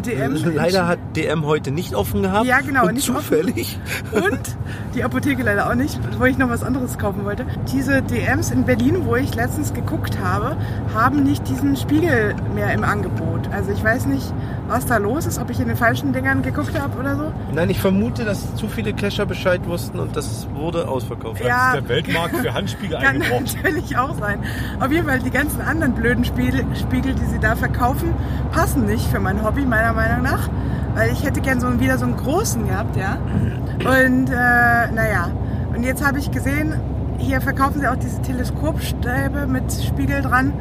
C: DM
B: Leider hat DM heute nicht offen gehabt.
C: Ähm, Ja, genau,
B: Und
C: nicht offen.
B: zufällig.
C: und die Apotheke leider auch nicht, wo ich noch was anderes kaufen wollte. Diese DMs in Berlin, wo ich letztens geguckt habe, haben nicht diesen Spiegel mehr im Angebot. Also ich weiß nicht, was da los ist, ob ich in den falschen Dingern geguckt habe oder so.
B: Nein, ich vermute, dass zu viele Kescher Bescheid wussten und das wurde ausverkauft. Also
C: Ja.
A: Der Weltmarkt für Handspiegel
C: Kann
A: eingebrochen.
C: natürlich auch sein. Auf jeden Fall, die ganzen anderen blöden Spiegel, Spiegel, die sie da verkaufen, passen nicht für mein Hobby, meiner Meinung nach. Weil ich hätte gern so, einen- wieder so einen großen gehabt, ja. Und äh, naja, und jetzt habe ich gesehen, hier verkaufen sie auch diese Teleskopstäbe mit Spiegel dran.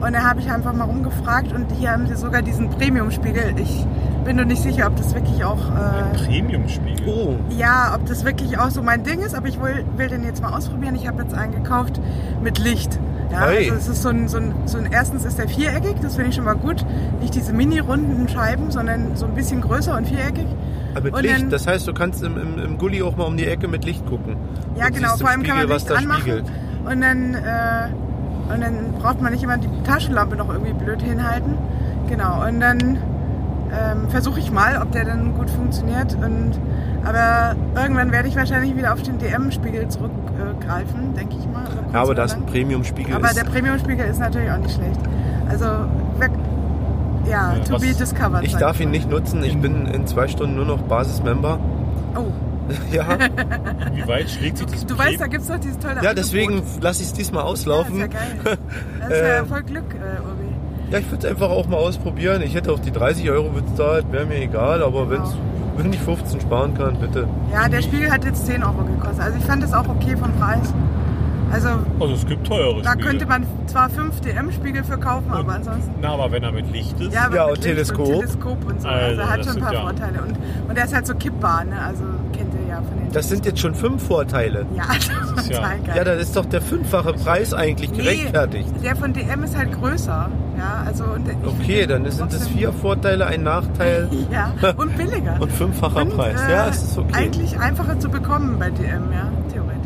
C: Und da habe ich einfach mal rumgefragt und hier haben sie sogar diesen Premium-Spiegel. Ich bin nur nicht sicher, ob das wirklich auch... Äh,
A: Premium-Spiegel.
B: Oh.
C: ja, ob das wirklich auch so mein Ding ist, aber ich will, will den jetzt mal ausprobieren. Ich habe jetzt einen gekauft mit Licht. Ja,
B: Hey.
C: also es ist so ein, so, ein, so ein, erstens ist der viereckig, das finde ich schon mal gut. Nicht diese mini-runden Scheiben, sondern so ein bisschen größer und viereckig.
B: Aber mit
C: Und
B: Licht,
C: dann-
B: das heißt, du kannst im, im, im Gulli auch mal um die Ecke mit Licht gucken.
C: Ja,
B: Und
C: genau,
B: siehst im
C: vor allem kann man
B: Spiegel, was
C: Licht
B: da
C: anmachen.
B: spiegelt.
C: Und dann, äh, und dann braucht man nicht immer die Taschenlampe noch irgendwie blöd hinhalten. Genau, und dann ähm, versuche ich mal, ob der dann gut funktioniert. Und, aber irgendwann werde ich wahrscheinlich wieder auf den DM-Spiegel zurückgreifen, denke ich mal. kurz
B: Ja, aber
C: oder
B: da ist ein
C: lang.
B: Premium-Spiegel.
C: Aber
B: ist-
C: der Premium-Spiegel ist natürlich auch nicht schlecht. Also, weg, ja,
A: Ja,
C: to
A: was-
C: be discovered.
B: Ich
C: sag
B: darf
C: mal.
B: ihn nicht nutzen. Ich bin in zwei Stunden nur noch Basismember.
C: Oh,
B: Ja,
A: Wie weit schlägt sich das
C: du weißt, da gibt es noch dieses tolle
B: ja
C: Angebot.
B: deswegen lasse ich es diesmal
C: Ja, ist
B: auslaufen.
C: ja geil. Das ist ja
B: Ähm.
C: voll Glück, äh, Urbi.
B: Ja, ich würde es einfach auch mal ausprobieren. Ich hätte auch die 30 Euro bezahlt, wäre mir egal. Aber
C: Genau.
B: wenn's, wenn ich 15 sparen kann, bitte.
C: Ja, der Spiegel hat jetzt 10 Euro gekostet. Also ich fand das auch okay vom Preis. Also
A: Also es gibt teure
C: da
A: Spiegel.
C: könnte man zwar 5 DM-Spiegel für kaufen, aber ansonsten.
A: Na, aber wenn er mit Licht ist.
C: aber
B: Ja,
C: mit
B: und
C: Licht
B: Teleskop.
C: Und Teleskop und so.
A: Also,
C: Also, hat
A: das
C: schon ein
A: sind
C: paar
A: ja-
C: Vorteile. Und, und der ist halt so kippbar, ne? Also kennt ihr ja von den.
B: Das sind jetzt schon fünf Vorteile.
C: ja, das
A: ist
C: ist
A: ja-
C: total geil.
B: Ja, dann ist doch der fünffache Preis eigentlich gerechtfertigt.
C: Nee, der von DM ist halt größer. Ja, also und ich
B: Okay,
C: finde
B: dann sind es
C: trotzdem-
B: vier Vorteile, ein Nachteil
C: Ja, und billiger.
B: und fünffacher
C: Und,
B: Preis.
C: äh,
B: Ja, es ist okay.
C: Eigentlich einfacher zu bekommen bei DM, ja, theoretisch.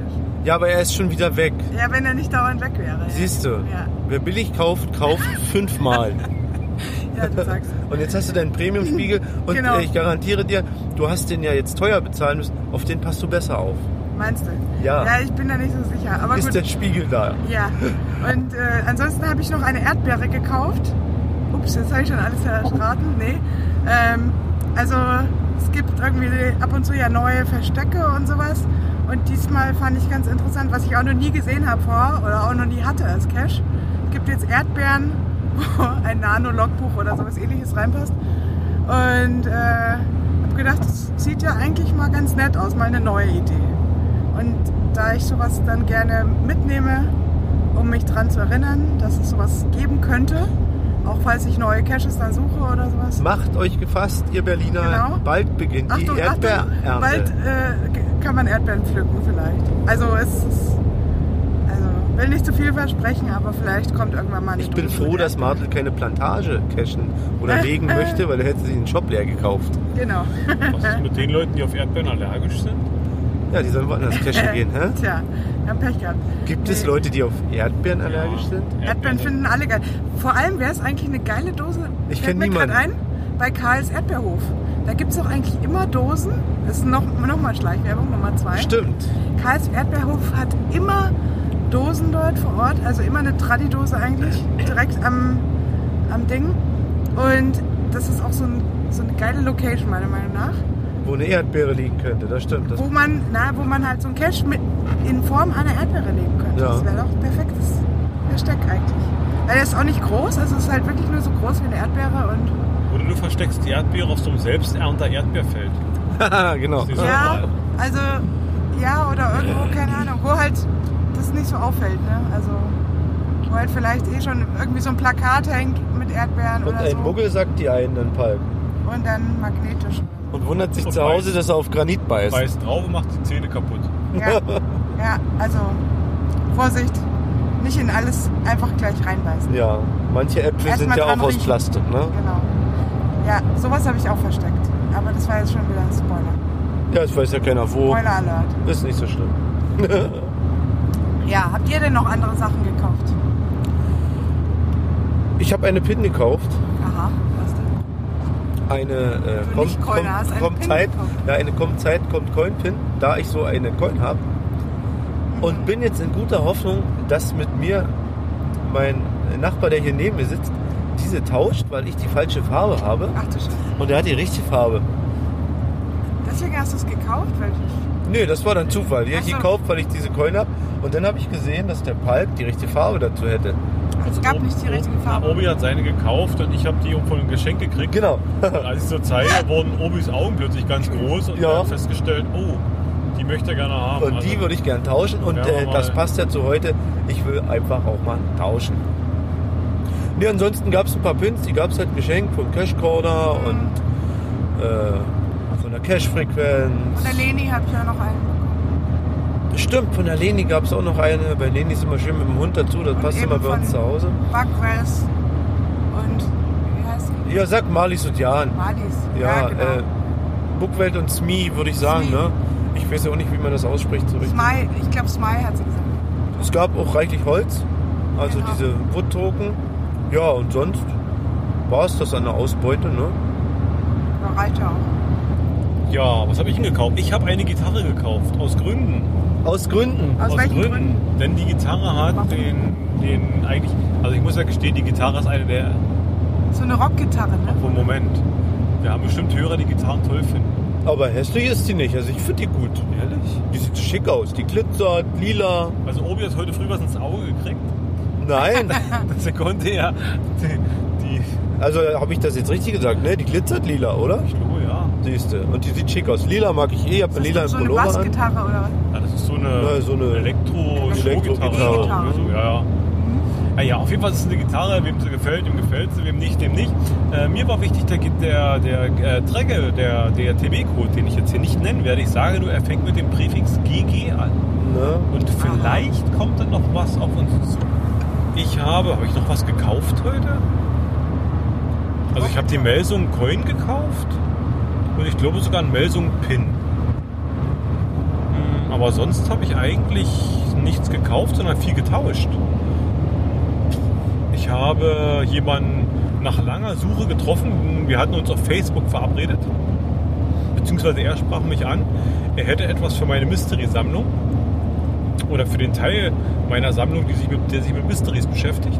B: Ja, aber er ist schon wieder weg.
C: Ja, wenn er nicht dauernd weg wäre. ja.
B: Siehst du,
C: Ja,
B: wer billig kauft, kauft fünfmal.
C: ja du sagst es.
B: Und jetzt hast du deinen Premium-Spiegel und
C: Genau.
B: äh, ich garantiere dir, du hast den ja jetzt teuer bezahlen müssen, auf den passt du besser auf.
C: Meinst du?
B: Ja.
C: Ja, ich bin da nicht so sicher. Aber
B: ist
C: gut.
B: der Spiegel da?
C: Ja. Und äh, ansonsten habe ich noch eine Erdbeere gekauft. Ups, jetzt habe ich schon alles erraten. Nee. Ähm, also es gibt irgendwie ab und zu ja neue Verstecke und sowas. Und diesmal fand ich ganz interessant, was ich auch noch nie gesehen habe vorher oder auch noch nie hatte als Cash. Es gibt jetzt Erdbeeren, wo ein Nano-Logbuch oder sowas ähnliches reinpasst. Und äh, habe gedacht, das sieht ja eigentlich mal ganz nett aus, mal eine neue Idee. Und da ich sowas dann gerne mitnehme, um mich daran zu erinnern, dass es sowas geben könnte, auch falls ich neue Caches dann suche oder sowas.
B: Macht euch gefasst, ihr Berliner.
C: Genau.
B: Bald beginnt
C: Achtung,
B: die
C: Achtung, bald
B: Erdbeerernte.
C: äh, g- kann man Erdbeeren pflücken vielleicht. Also es ist, also will nicht zu viel versprechen, aber vielleicht kommt irgendwann mal eine
B: Ich bin
C: Dose
B: froh,
C: mit
B: dass Martel keine Plantage cashen oder legen möchte, weil er hätte sich den Shop leer gekauft.
C: Erdbeeren. Genau,
A: Was ist mit den Leuten, die auf Erdbeeren allergisch sind?
B: Ja, die sollen woanders cashen gehen. Hä?
C: tja, wir haben Pech gehabt.
B: Gibt es Leute, die auf Erdbeeren allergisch sind?
C: Erdbeeren finden alle geil. Vor allem wäre es eigentlich eine geile Dose.
B: Also- Ich kenn
C: fällt mir
B: niemanden.
C: gerade ein, bei Karls Erdbeerhof. Da gibt es doch eigentlich immer Dosen. Das ist noch, noch mal Schleichwerbung Nummer zwei.
B: Stimmt.
C: Karls Erdbeerhof hat immer Dosen dort vor Ort, also immer eine Tradidose eigentlich, direkt am, am Ding. Und das ist auch so ein so eine geile Location, meiner Meinung nach.
B: Wo eine Erdbeere liegen könnte, das stimmt. Das
C: Wo man, na, wo man halt so ein Cash mit in Form einer Erdbeere legen könnte.
B: Ja.
C: Das wäre doch ein perfektes Versteck eigentlich. Weil der ist auch nicht groß, also es ist halt wirklich nur so groß wie eine Erdbeere und
A: Oder du versteckst die Erdbeere auf so einem selbsternter Erdbeerfeld.
B: genau.
C: Ja, also ja oder irgendwo, keine Ahnung, wo halt das nicht so auffällt, ne? Also wo halt vielleicht eh schon irgendwie so ein Plakat hängt mit Erdbeeren
B: Und
C: oder so
B: ein Muggel sagt die einen in den Palk.
C: und dann magnetisch.
B: Und wundert sich zu Hause, dass er auf Granit beißt.
A: Beißt drauf und macht die Zähne kaputt.
C: Ja, ja, also Vorsicht, nicht in alles einfach gleich reinbeißen.
B: Ja, manche Äpfel
C: Erst
B: sind
C: mal
B: ja
C: dran
B: auch aus
C: riechen.
B: Plastik, ne?
C: Genau. Ja, sowas habe ich auch versteckt, aber das war jetzt schon wieder ein Spoiler.
B: Ja, ich weiß ja keiner wo.
C: Spoiler Alert.
B: Ist nicht so schlimm.
C: Ja, habt ihr denn noch andere Sachen gekauft?
B: Ich habe eine Pin gekauft.
C: Aha, was denn?
B: Eine äh,
C: Du
B: kommt,
C: nicht Coin hast,
B: kommt,
C: eine
B: kommt
C: Pin
B: Zeit,
C: gekauft.
B: ja, eine kommt Zeit, kommt Coin Pin, da ich so eine Coin habe. Und bin jetzt in guter Hoffnung, dass mit mir mein Nachbar, der hier neben mir sitzt, diese tauscht, weil ich die falsche Farbe habe.
C: Ach du Scheiße.
B: Und er hat die richtige Farbe.
C: Deswegen hast du es gekauft, weil
B: Nö, das war dann Zufall. Die habe ich
C: Ach so.
B: gekauft, weil ich diese Coin habe. Und dann habe ich gesehen, dass der Palk die richtige Farbe dazu hätte.
C: es gab nicht die richtige Farbe.
A: Obi hat seine gekauft und ich habe die um von einem Geschenk gekriegt.
B: Genau.
A: Und als ich so zeige, wurden Obis Augen plötzlich ganz groß und
B: Ja.
A: wir haben festgestellt, oh, die möchte er gerne haben.
B: Und die
A: Also,
B: würde ich gern tauschen und
A: Ja,
B: äh,
A: mal.
B: das passt ja zu heute. Ich will einfach auch mal tauschen. Ne, ansonsten gab es ein paar Pins, die gab es halt geschenkt von Cashcorder und äh, von der Cash-Frequenz.
C: Von der Leni habe ich ja noch einen.
B: Stimmt, von der Leni gab es auch noch eine. Bei Leni ist immer schön mit dem Hund dazu, das passt
C: eben
B: immer bei uns
C: von-
B: zu Hause.
C: Buggrass und wie heißt die?
B: Ja, sag Marlies und Jan.
C: Badis.
B: Ja, äh, Buckwelt und Smee würde ich sagen,
C: genau. Smee.
B: ne? Ich weiß ja auch nicht, wie man das ausspricht so richtig.
C: Smile, ich glaube Smile hat sie gesagt.
B: Es gab auch reichlich Holz, also
C: Genau.
B: diese Woodtoken. Ja, und sonst war es das an der Ausbeute, ne?
C: Ja, reicht ja auch.
A: ja, was habe ich denn gekauft? Ich habe eine Gitarre gekauft, aus Gründen.
B: Aus Gründen.
C: Aus, welchen Gründen?
A: Denn die Gitarre hat den, den eigentlich, also ich muss ja gestehen, die Gitarre ist eine der,
C: So eine Rockgitarre, ne?
A: obwohl Moment, wir haben bestimmt Hörer, die Gitarren toll finden.
B: Aber hässlich ist die nicht, also ich finde die gut.
A: Ehrlich?
B: Die sieht schick aus, die glitzert, lila.
A: Also Obi hat heute früh was ins Auge gekriegt.
B: Nein,
A: Das konnte er die, die
B: also habe ich das jetzt richtig gesagt, ne? Die glitzert lila, oder?
A: ich glaube ja.
B: Siehste. Und die sieht schick aus. Lila mag ich eh, ich habe
C: Ist
B: lila
C: das
B: im
C: so eine
B: Pullover an.
C: Bassgitarre oder was?
A: Ja, das ist so eine,
B: Ja, so eine
A: elektro
B: Elektrogitarre.
A: Gitarre. So, ja, ja. Ja, ja, auf jeden Fall ist es eine Gitarre, wem sie gefällt, dem gefällt sie, wem nicht, dem nicht. Äh, mir war wichtig, der, der, der äh, Träger, der, der TB-Code, den ich jetzt hier nicht nennen werde. Ich sage nur, er fängt mit dem Präfix GG an.
B: Ne?
A: Und vielleicht kommt dann noch was auf uns zu. Ich habe, habe ich noch was gekauft heute? Also ich habe die Melsung Coin gekauft und ich glaube sogar einen Melsung Pin. Hm, Aber sonst habe ich eigentlich nichts gekauft, sondern viel getauscht. Ich habe jemanden nach langer Suche getroffen. Wir hatten uns auf Facebook verabredet. Beziehungsweise er sprach mich an. Er hätte etwas für meine Mystery-Sammlung oder für den Teil meiner Sammlung, die sich mit, der sich mit Mysteries beschäftigt.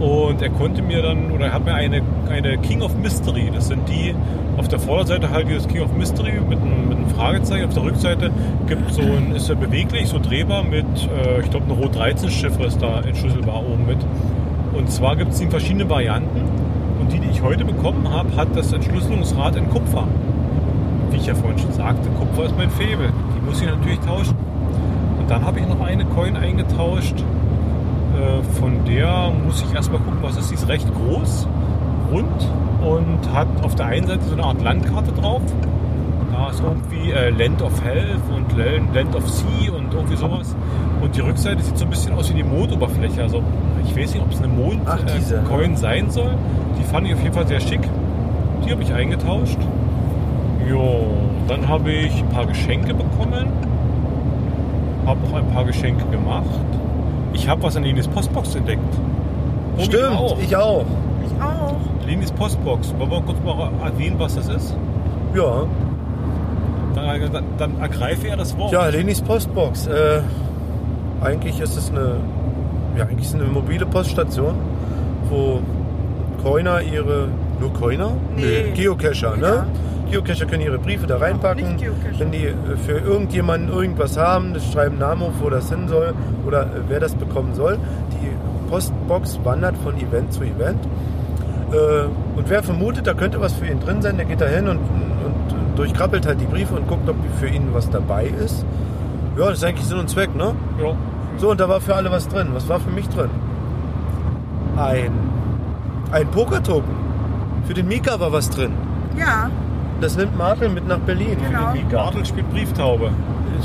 A: Und er konnte mir dann, oder hat mir eine, eine King of Mystery, das sind die, auf der Vorderseite halt dieses King of Mystery mit einem, mit einem Fragezeichen, auf der Rückseite gibt so ein, ist er beweglich, so drehbar mit, äh, ich glaube, eine Rot 13 Chiffre ist da entschlüsselbar oben mit. Und zwar gibt es in verschiedene Varianten und die, die ich heute bekommen habe, hat das Entschlüsselungsrad in Kupfer. Wie ich ja vorhin schon sagte, Kupfer ist mein Faible. Die muss ich natürlich tauschen. Und dann habe ich noch eine Coin eingetauscht. Äh, Von der muss ich erstmal gucken, was ist. Die ist recht groß, rund und hat auf der einen Seite so eine Art Landkarte drauf. Da ist irgendwie äh, Land of Health und Land Land of Sea und irgendwie sowas. Und die Rückseite sieht so ein bisschen aus wie die Mondoberfläche. Also ich weiß nicht, ob es eine
B: Ach, diese. ne?
A: Mond-Coin sein soll. Die fand ich auf jeden Fall sehr schick. Die habe ich eingetauscht. Jo, dann habe ich ein paar Geschenke bekommen. Habe auch ein paar Geschenke gemacht. Ich habe was an Linis Postbox entdeckt. Obi
B: Stimmt,
A: Auch.
B: ich auch.
C: Ich auch.
A: Linis Postbox. Wollen wir kurz mal erwähnen, was das ist?
B: Ja.
A: Dann, dann, dann ergreife er das Wort.
B: Ja, Lenis Postbox. Äh, eigentlich ist es eine, ja, eigentlich ist es eine mobile Poststation, wo Coiner ihre Nur Coiner? Nee. Geocacher, ne? Geocacher können ihre Briefe da reinpacken. Wenn die äh, für irgendjemanden irgendwas haben, das schreiben Namen auf, wo das hin soll oder äh, wer das bekommen soll. Die Postbox wandert von Event zu Event. Äh, Und wer vermutet, da könnte was für ihn drin sein, der geht da hin und, und durchkrabbelt halt die Briefe und guckt, ob für ihn was dabei ist. Ja, das ist eigentlich Sinn und Zweck, ne? Ja. So, und da war für alle was drin. Was war für mich drin? Ein, ein Poker-Token. Für den Mika war was drin.
C: Ja,
B: Das nimmt Martel mit nach Berlin.
C: Genau.
B: Martel spielt Brieftaube.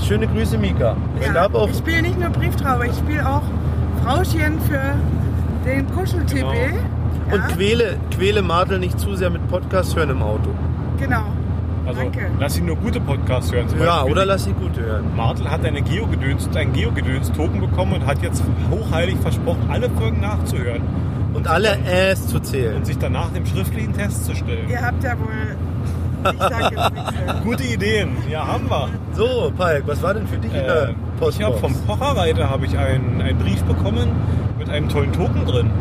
B: Schöne Grüße, Mika. Es gab auch
C: ich spiele nicht nur Brieftraube, ich spiele auch Frauchen für den Kuschel-TB.
B: Genau. und quäle, quäle Martel nicht zu sehr mit Podcast hören im Auto.
C: Genau.
A: Also
C: Danke.
A: lass ihn nur gute Podcasts hören. Zum
B: Ja, oder
A: die-
B: lass sie gut hören.
A: Martel hat eine Geogedöns, einen Geogedöns-Token bekommen und hat jetzt hochheilig versprochen, alle Folgen nachzuhören.
B: Und alle Äs zu zählen.
A: Und sich danach dem schriftlichen Test zu stellen.
C: Ihr habt ja wohl. Ich sag jetzt nichts mehr.
A: Gute Ideen, ja haben wir.
B: So, Palk, was war denn für dich in
A: Äh,
B: der
A: Ähm, Ich habe
B: Postbox?
A: vom Pocherreiter habe ich einen, einen Brief bekommen mit einem tollen Token drin.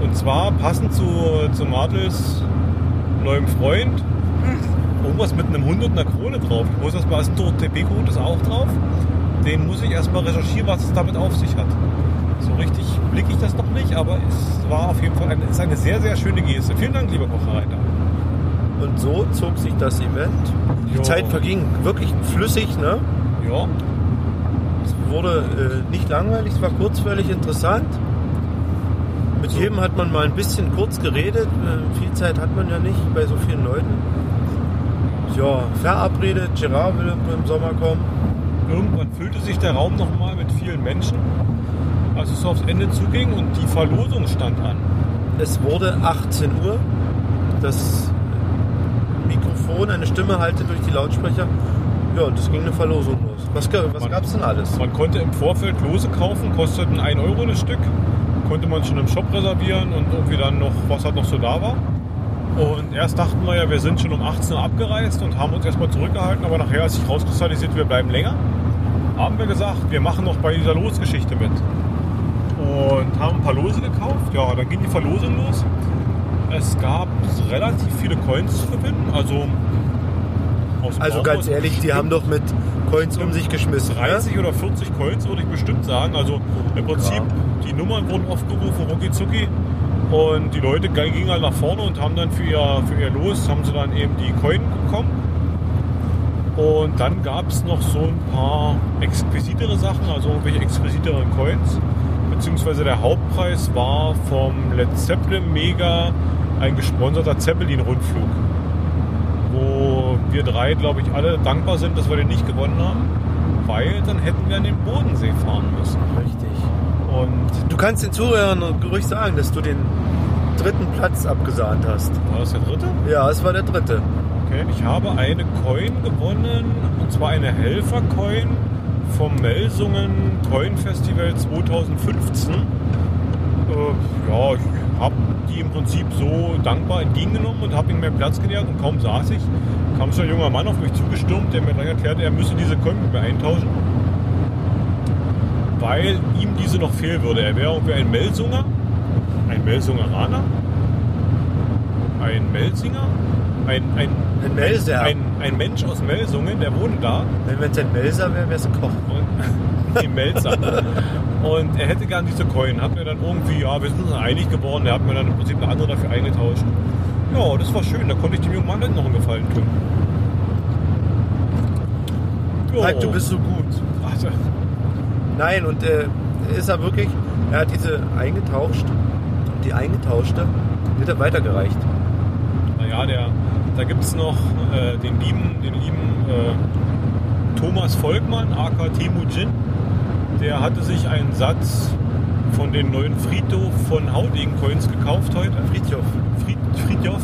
A: Und zwar passend zu, zu Martels neuem Freund. Irgendwas mit einem Hund und einer Krone drauf. Ich muss erstmal, ist ein TP-Code ist auch drauf. Den muss ich erstmal recherchieren, was es damit auf sich hat. So richtig blicke ich das noch nicht, aber es war auf jeden Fall eine, ist eine sehr, sehr schöne Geste. Vielen Dank, lieber Pocherreiter.
B: Und so zog sich das Event. Die
A: Jo.
B: Zeit verging wirklich flüssig, ne?
A: Ja.
B: Es wurde äh, nicht langweilig, es war kurzweilig interessant. Mit jedem hat man mal ein bisschen kurz geredet. Äh, viel Zeit hat man ja nicht bei so vielen Leuten. Ja, verabredet, Gerard will im Sommer kommen.
A: Irgendwann füllte sich der Raum nochmal mit vielen Menschen, als es so aufs Ende zuging und die Verlosung stand an.
B: Es wurde 18 Uhr. Das Mikrofon, eine Stimme halte durch die Lautsprecher. Ja, und es ging eine Verlosung los. Was, ge- was gab es denn alles?
A: Man konnte im Vorfeld Lose kaufen, kosteten 1 Euro das Stück. Konnte man schon im Shop reservieren und irgendwie dann noch, was halt noch so da war. Und erst dachten wir ja, wir sind schon um 18 Uhr abgereist und haben uns erstmal zurückgehalten, aber nachher hat sich rauskristallisiert, wir bleiben länger. Haben wir gesagt, wir machen noch bei dieser Losgeschichte mit. Und haben ein paar Lose gekauft. Ja, dann ging die Verlosung los. Es gab relativ viele Coins zu verbinden, also aus dem
B: Also
A: Bauch
B: ganz
A: aus
B: ehrlich, die haben doch mit Coins um sich geschmissen. Ne?
A: 30 oder 40 Coins, würde ich bestimmt sagen. Also im Prinzip, die Nummern wurden aufgerufen, rucki-zucki. Und die Leute ge- gingen halt nach vorne und haben dann für ihr, für ihr Los, haben sie dann eben die Coin bekommen. Und dann gab es noch so ein paar exquisitere Sachen, also irgendwelche exquisiteren Coins. Beziehungsweise der Hauptpreis war vom Led Zeppelin Mega ein gesponserter Zeppelin-Rundflug. Wo wir drei, glaube ich, alle dankbar sind, dass wir den nicht gewonnen haben, weil dann hätten wir an den Bodensee fahren müssen.
B: Richtig.
A: Und
B: Du kannst den Zuhörern ruhig sagen, dass du den dritten Platz abgesahnt hast.
A: war das der dritte?
B: Ja, es war der dritte.
A: Okay, ich habe eine Coin gewonnen, und zwar eine Helfer-Coin vom Melsungen Coin Festival 2015. Äh, ja, ich habe die im Prinzip so dankbar entgegengenommen und habe ihm mehr Platz genährt und kaum saß ich, kam schon ein junger Mann auf mich zugestürmt, der mir gleich erklärte, er müsse diese Coin mit mir eintauschen, weil ihm diese noch fehlen würde. Er wäre irgendwie ein Melsunger, ein Melsungeraner, ein Melsinger, ein, ein,
B: Ein Melser.
A: ein, ein Mensch aus Melsungen, der wohnt da.
B: Wenn es ein Melser wäre, wäre es ein Koch.
A: Und- die Melzer. Und er hätte gern diese Coin. Hat mir dann irgendwie, ja, wir sind uns einig geworden. Er hat mir dann im Prinzip eine andere dafür eingetauscht. Ja, das war schön. Da konnte ich dem jungen Mann dann noch einen Gefallen tun. Jo.
B: Halt, du bist so gut.
A: Also,
B: Nein, und äh, ist er wirklich, er hat diese eingetauscht, die eingetauschte, die hat er weitergereicht.
A: naja, der, da gibt es noch äh, den lieben, den lieben äh, Thomas Volkmann, aka Temujin. Der hatte sich einen Satz von den neuen Friedhof von Haudegen Coins gekauft heute.
B: Fritjof.
A: Fried, Friedhof.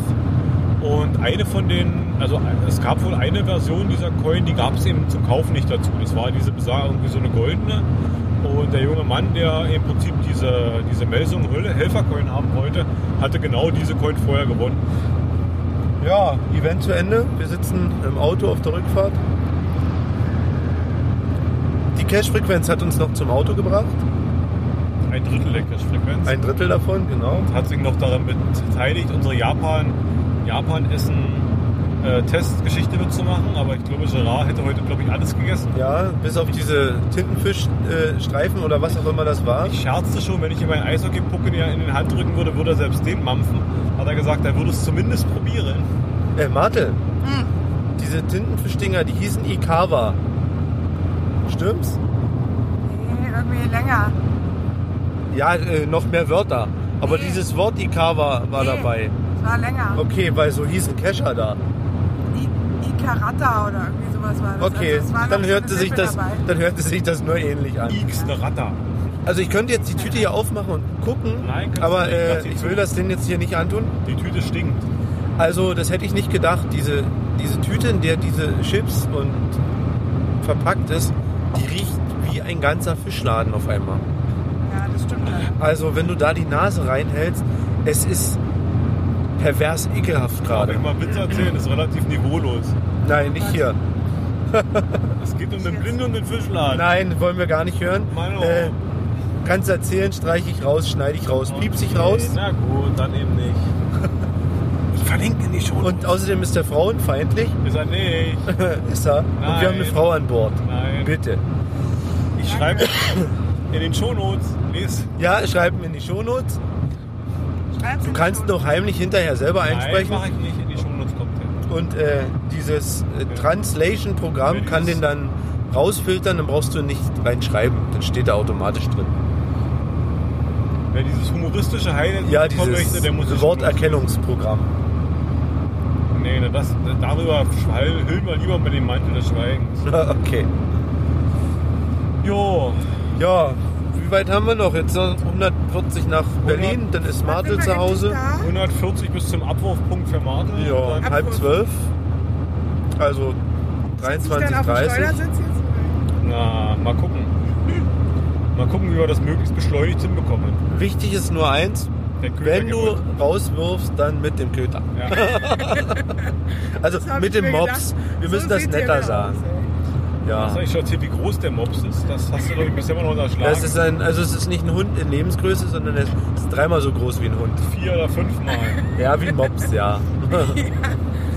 A: Und eine von den, also es gab wohl eine Version dieser Coin, die gab es eben zum Kauf nicht dazu. Das war diese besagte, irgendwie so eine goldene. Und der junge Mann, der im Prinzip diese, diese Melsung Hölle Helfercoin haben wollte, hatte genau diese Coin vorher gewonnen.
B: Ja, Event zu Ende. Wir sitzen im Auto auf der Rückfahrt. Die Cash-Frequenz hat uns noch zum Auto gebracht.
A: Ein Drittel der Cash-Frequenz.
B: Ein Drittel davon, genau.
A: Hat sich noch daran beteiligt, unsere Japan, Japan-Essen äh, Testgeschichte mitzumachen, aber ich glaube, Gerard hätte heute, glaube ich, alles gegessen.
B: Ja, bis auf diese Tintenfischstreifen äh, oder was auch immer das war.
A: Ich scherzte schon, wenn ich ihm einen Eishockey-Puck in die- in den Hand drücken würde, würde er selbst den mampfen. Hat er gesagt, er würde es zumindest probieren.
B: Äh, Marte, diese Tintenfischdinger, die hießen Ikawa. Stimmt's?
C: Nee, irgendwie länger.
B: Ja, äh, noch mehr Wörter. Aber
C: Hm.
B: dieses Wort Ikawa war dabei.
C: Es war länger.
B: Okay, weil so hießen Kescher da.
C: Ikarata oder irgendwie sowas war das.
B: Okay,
C: Also es war noch
B: dann
C: so
B: hörte,
C: eine
B: sich
C: Silbe
B: das,
C: dabei. ne?
B: dann hörte sich das nur ähnlich an.
A: X, eine Ratter.
B: Also ich könnte jetzt die Tüte hier aufmachen und gucken,
A: Nein, kannst
B: aber
A: du nicht, lass
B: äh,
A: sie
B: ich
A: zu.
B: will das denn jetzt hier nicht antun.
A: Die Tüte stinkt.
B: Also das hätte ich nicht gedacht, diese, diese Tüte, in der diese Chips und verpackt ist, die riecht wie ein ganzer Fischladen auf einmal.
C: Ja, das stimmt.
B: Also wenn du da die Nase reinhältst, es ist pervers ekelhaft
A: Darf
B: gerade.
A: ich mal einen Witz erzählen? Ist relativ niveaulos.
B: Nein, nicht hier.
A: Es geht um den Blinden und den Fischladen.
B: Nein, wollen wir gar nicht hören.
A: Meine
B: Äh,
A: Ohren.
B: kannst erzählen, streiche ich raus, schneide ich raus, piepse ich raus.
A: Na gut, dann eben nicht. Ich verlinke in die Show.
B: Und außerdem ist er frauenfeindlich.
A: Ist er nicht.
B: ist er. Und wir haben eine Frau an Bord.
A: Nein.
B: Bitte.
A: Ich schreibe in den Shownotes. Les.
B: Ja, schreiben in die Shownotes.
C: Schreib's
B: Du kannst noch heimlich hinterher selber
A: Nein,
B: einsprechen.
A: mache ich nicht. In die Shownotes kommt der.
B: Und äh, dieses äh, Translation-Programm kann den dann rausfiltern, dann brauchst du nicht reinschreiben. Dann steht er automatisch drin.
A: Wer dieses humoristische Highlight
B: Ja,
A: bekommen
B: dieses
A: möchte, der muss es
B: Worterkennungsprogramm.
A: tun. Nee, na, das, darüber schwall- hüllen wir lieber mit dem Mantel des Schweigens.
B: okay.
A: Jo,
B: Ja, wie weit haben wir noch? Jetzt sind 140 nach Berlin, dann ist Martel zu Hause.
A: 140 bis zum Abwurfpunkt für Martin.
B: Ja, um
A: Dann-
B: halb zwölf. Also
C: Dann auf dem
B: 23.30
C: Steuersitz jetzt?
A: Na, mal gucken. Mal gucken, wie wir das möglichst beschleunigt hinbekommen.
B: Wichtig ist nur eins,
A: Der Köter
B: wenn du
A: gewollt.
B: rauswirfst, dann mit dem Köter.
A: Ja.
B: Also
C: Das hab
B: mit
C: ich
B: dem
C: mir
B: Mops.
C: gedacht.
B: Wir
C: So
B: müssen das
C: sieht's hier
B: netter
C: wieder
B: sagen. Ja.
A: Hast du eigentlich schon erzählt, wie groß der Mops ist? Das hast du doch bisher immer noch unterschlagen.
B: Das ist ein, also es ist nicht ein Hund in Lebensgröße, sondern er ist dreimal so groß wie ein Hund.
A: vier oder fünfmal.
B: Ja, wie ein Mops, ja.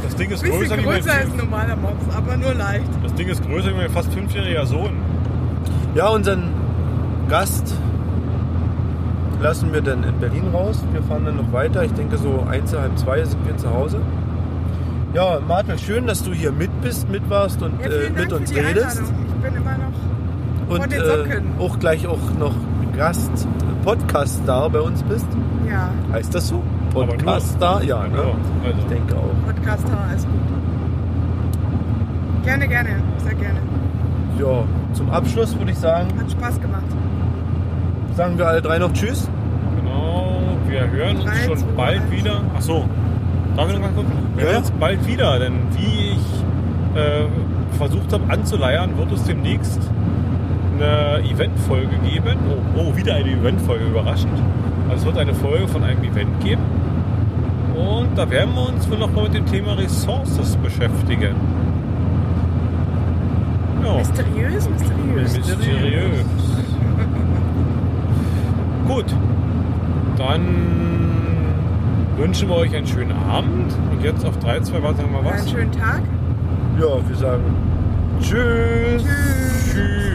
A: Das Ding ist
C: Bisschen
A: größer, wie mein,
C: größer als ein normaler Mops, aber nur leicht.
A: das Ding ist größer wie mein fast fünfjähriger Sohn.
B: Ja, unseren Gast lassen wir dann in Berlin raus. Wir fahren dann noch weiter. Ich denke, so eins, halb zwei sind wir zu Hause. Ja, Martel, schön, dass du hier mit bist, mit warst und
C: Ja,
B: äh,
C: vielen Dank
B: mit uns
C: für die
B: redest.
C: Einladung. Ich bin immer noch
B: Und äh,
C: den Socken.
B: auch gleich auch noch Gast, Podcast-Star bei uns bist.
C: ja,
B: Heißt das so?
A: nur.
B: Podcast-Star? Ja, ne?
A: Ja, also.
B: Ich denke auch.
C: Podcaster, alles gut. Gerne, gerne, sehr gerne.
B: Ja, zum Abschluss würde ich sagen,
C: Hat Spaß gemacht.
B: Oh. sagen wir alle drei noch Tschüss.
A: Genau, wir hören uns
C: Drei,
A: schon
C: zwei,
A: bald
C: eins.
A: wieder. Achso, darf ich noch mal gucken? Wir
B: Ja, ja.
A: hören uns bald wieder, denn wie ich äh, versucht habe anzuleiern, wird es demnächst eine Eventfolge geben. Oh, oh, wieder eine Eventfolge, überraschend. Also es wird eine Folge von einem Event geben. Und da werden wir uns wohl noch mal mit dem Thema Ressources beschäftigen. Ja.
C: Mysteriös, mysteriös.
A: Mysteriös. Gut, dann wünschen wir euch einen schönen Abend. Und jetzt auf 3, 2, warte mal was.
C: Einen schönen Tag.
B: Ja, wir sagen Tschüss.
A: Tschüss.